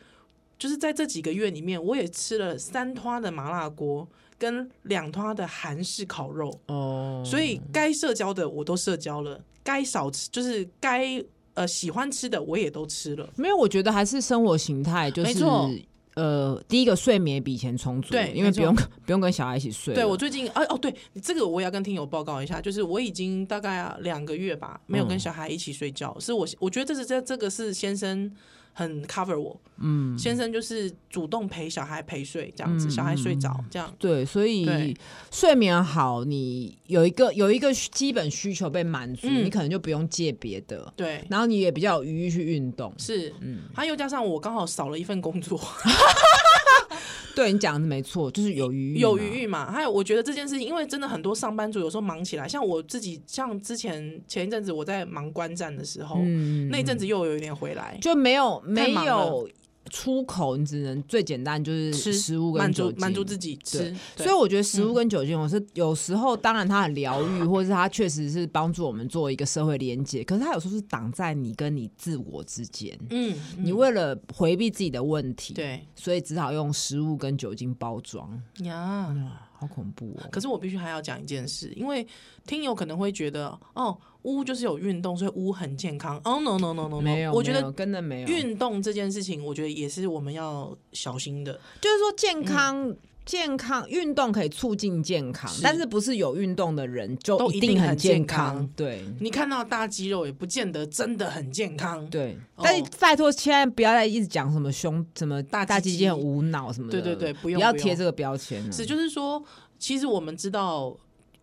Speaker 1: 就是在这几个月里面，我也吃了三摊的麻辣锅跟两摊的韩式烤肉。
Speaker 2: 哦，
Speaker 1: 所以该社交的我都社交了，该少吃就是该呃喜欢吃的我也都吃了。
Speaker 2: 没有，我觉得还是生活形态，就
Speaker 1: 没
Speaker 2: 是
Speaker 1: 错
Speaker 2: 呃，第一个睡眠比以前充足，
Speaker 1: 对
Speaker 2: 因为
Speaker 1: 没
Speaker 2: 不
Speaker 1: 错
Speaker 2: 用不用跟小孩一起睡了，
Speaker 1: 对我最近啊哦，对你这个我也要跟听友报告一下，就是我已经大概啊两个月吧，没
Speaker 2: 嗯
Speaker 1: 有跟小孩一起睡觉，是我我觉得这是这这个是先生很 cover 我，嗯，先生就是主动陪小孩陪睡这样子，小孩睡
Speaker 2: 嗯
Speaker 1: 着这样，
Speaker 2: 对，所以
Speaker 1: 对
Speaker 2: 睡眠好，你有一个有一个基本需求被满足，
Speaker 1: 嗯
Speaker 2: 你可能就不用戒别的，
Speaker 1: 对，
Speaker 2: 然后你也比较有余裕去运动。
Speaker 1: 是，嗯，还有加上我刚好少了一份工作，
Speaker 2: 对你讲的没错，就是有余裕，
Speaker 1: 有余。裕嘛？还有，我觉得这件事情，因为真的很多上班族有时候忙起来，像我自己，像之前前一阵子我在忙观战的时候，
Speaker 2: 嗯
Speaker 1: 那一阵子又有一点回来，
Speaker 2: 就没有没
Speaker 1: 太忙了
Speaker 2: 有出口，你只能最简单就是
Speaker 1: 吃
Speaker 2: 食物跟
Speaker 1: 满
Speaker 2: 酒
Speaker 1: 足
Speaker 2: 精
Speaker 1: 满足自己嗯
Speaker 2: 对
Speaker 1: 吃，
Speaker 2: 所以我觉得食物跟酒精，我是有时候当然它很疗愈，或者是它确实是帮助我们做一个社会连接，可是它有时候是挡在你跟你自我之间。
Speaker 1: 嗯，嗯
Speaker 2: 你为了回避自己的问题，
Speaker 1: 对
Speaker 2: 所以只好用食物跟酒精包装，
Speaker 1: 呀。
Speaker 2: 好恐怖哦！
Speaker 1: 可是我必须还要讲一件事，因为听友可能会觉得，哦，乌就是有运动，所以乌很健康。哦，no no no no no，
Speaker 2: 没有，
Speaker 1: 我觉
Speaker 2: 没
Speaker 1: 得
Speaker 2: 有真的没有，
Speaker 1: 运动这件事情，我觉得也是我们要小心的。
Speaker 2: 就是说健康健康运动可以促进健康，
Speaker 1: 是
Speaker 2: 但是不是有运动的人就
Speaker 1: 都
Speaker 2: 一
Speaker 1: 一定
Speaker 2: 很
Speaker 1: 很
Speaker 2: 健
Speaker 1: 健康
Speaker 2: 对
Speaker 1: 你看到大肌肉也不见得真的很健康。
Speaker 2: 嗯对，
Speaker 1: 哦
Speaker 2: 但是拜托，现在不要再一直讲什么胸什么
Speaker 1: 大
Speaker 2: 大
Speaker 1: 鸡
Speaker 2: 肌
Speaker 1: 鸡
Speaker 2: 腱很无脑什么
Speaker 1: 对
Speaker 2: 的，
Speaker 1: 对对不用
Speaker 2: 要
Speaker 1: 不用
Speaker 2: 贴这个标签了。
Speaker 1: 是，就是说，其实我们知道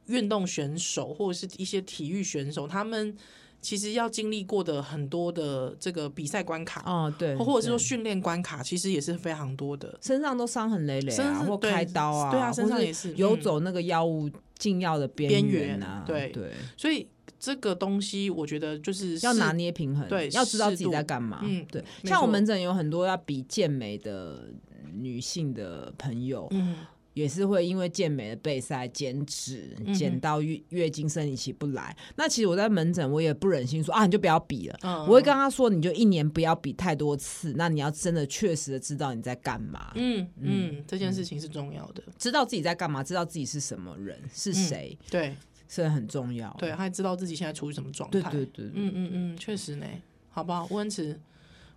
Speaker 1: 运动选手或者是一些体育选手，他们其实要经历过的很多的这个比赛关卡，
Speaker 2: 哦，对，
Speaker 1: 或或者是说
Speaker 2: 对
Speaker 1: 训练关卡，其实也是非常多的。
Speaker 2: 身上都伤痕累累
Speaker 1: 身
Speaker 2: 啊，
Speaker 1: 上
Speaker 2: 或
Speaker 1: 对
Speaker 2: 开刀啊，
Speaker 1: 对啊身上
Speaker 2: 或
Speaker 1: 也是
Speaker 2: 游
Speaker 1: 嗯
Speaker 2: 走那个药物禁药的
Speaker 1: 边
Speaker 2: 缘
Speaker 1: 缘
Speaker 2: 啊，
Speaker 1: 对
Speaker 2: 对，
Speaker 1: 所以这个东西，我觉得就是
Speaker 2: 要
Speaker 1: 是
Speaker 2: 拿捏平衡，
Speaker 1: 对
Speaker 2: 要知道
Speaker 1: 适
Speaker 2: 自己在
Speaker 1: 度
Speaker 2: 干嘛。
Speaker 1: 嗯
Speaker 2: 对，
Speaker 1: 没
Speaker 2: 像我
Speaker 1: 错
Speaker 2: 门诊有很多要比健美的女性的朋友，
Speaker 1: 嗯，
Speaker 2: 也是会因为健美的备赛减脂，
Speaker 1: 嗯
Speaker 2: 减
Speaker 1: 哼
Speaker 2: 到月月经生理期不来。那其实我在门诊我也不忍心说啊，你就不要比了。
Speaker 1: 嗯
Speaker 2: 我会跟他说，你就一年不要比太多次，那你要真的确实的知道你在干嘛，
Speaker 1: 嗯嗯，这件事情是重要的，
Speaker 2: 知道自己在干嘛，知道自己是什么人
Speaker 1: 嗯
Speaker 2: 是谁，
Speaker 1: 对
Speaker 2: 是很重要。
Speaker 1: 对，还知道自己现在处于什么状态。
Speaker 2: 对对对，对
Speaker 1: 嗯嗯嗯，确实呢，好不好？温池，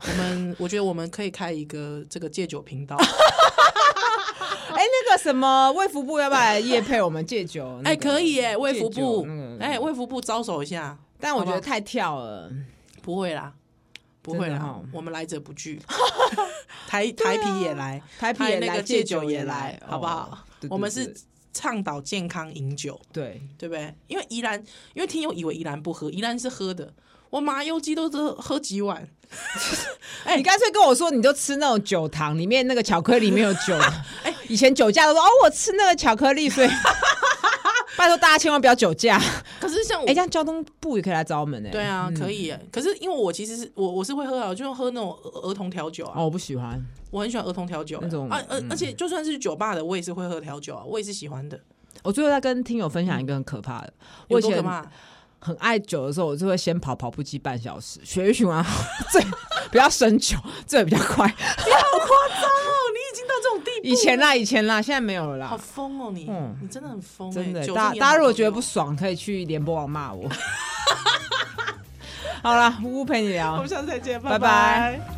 Speaker 1: 我 们我觉得我们可以开一个这个戒酒频道。啊
Speaker 2: 哎，那个什么卫福部要不要来夜配我们戒酒？
Speaker 1: 哎、可以耶，卫福
Speaker 2: 戒酒
Speaker 1: 部
Speaker 2: 那个，
Speaker 1: 哎、卫福部招手一下，
Speaker 2: 但我觉
Speaker 1: 好嗯
Speaker 2: 得
Speaker 1: 不
Speaker 2: 太跳了，
Speaker 1: 不会啦，不
Speaker 2: 真
Speaker 1: 会
Speaker 2: 的
Speaker 1: 啦，
Speaker 2: 哦
Speaker 1: 我们来者不 拒，台台皮也来，
Speaker 2: 台啤也
Speaker 1: 那
Speaker 2: 来，
Speaker 1: 个
Speaker 2: 戒
Speaker 1: 戒
Speaker 2: 酒
Speaker 1: 酒
Speaker 2: 也
Speaker 1: 也
Speaker 2: 来
Speaker 1: 来，，好不
Speaker 2: 哦
Speaker 1: 好？？
Speaker 2: 对
Speaker 1: 我们
Speaker 2: 对
Speaker 1: 是倡导健康饮酒，
Speaker 2: 对
Speaker 1: 对不对？因为宜兰，因为听友以为宜兰不喝，宜兰是喝的。我麻油鸡都是喝几碗，哎
Speaker 2: 对，你干脆跟我说，你就吃那种酒糖，里面那个巧克力没有 酒。哎，以前酒驾都说哦，我吃那个巧克力，所以拜托大家千万不要 酒驾。
Speaker 1: 可是像我
Speaker 2: 哎，这样交通部也可以来找我们哎。
Speaker 1: 对啊，可以耶。可是因为我其实是我我是会喝啊，我就喝那种儿儿童调酒啊，
Speaker 2: 哦，我不喜欢，
Speaker 1: 我很喜欢儿童调酒
Speaker 2: 那种嗯
Speaker 1: 啊，而而且就算是酒吧的，我也是会喝调酒啊，我也是喜欢的。
Speaker 2: 我最后再跟听友分享一个很可怕的，
Speaker 1: 有
Speaker 2: 我以
Speaker 1: 多可
Speaker 2: 前
Speaker 1: 怕？啊哦
Speaker 2: 很爱酒的时候，我就会先跑跑步机半小时，血液循环好，最 不要生酒，这也比较快。
Speaker 1: 哦，你已经到这种地步了，
Speaker 2: 以前啦，以前啦，现在没有了
Speaker 1: 好
Speaker 2: 啦。
Speaker 1: 疯哦你
Speaker 2: 嗯，
Speaker 1: 你真的很疯欸，
Speaker 2: 真的，
Speaker 1: 酒啊
Speaker 2: 大
Speaker 1: 精也
Speaker 2: 大家
Speaker 1: 好
Speaker 2: 如果
Speaker 1: 重
Speaker 2: 觉得
Speaker 1: 要
Speaker 2: 不，爽，可以去联播网 骂我。好啦，呜呜陪你聊
Speaker 1: 我们。下次再见，
Speaker 2: 拜拜
Speaker 1: 拜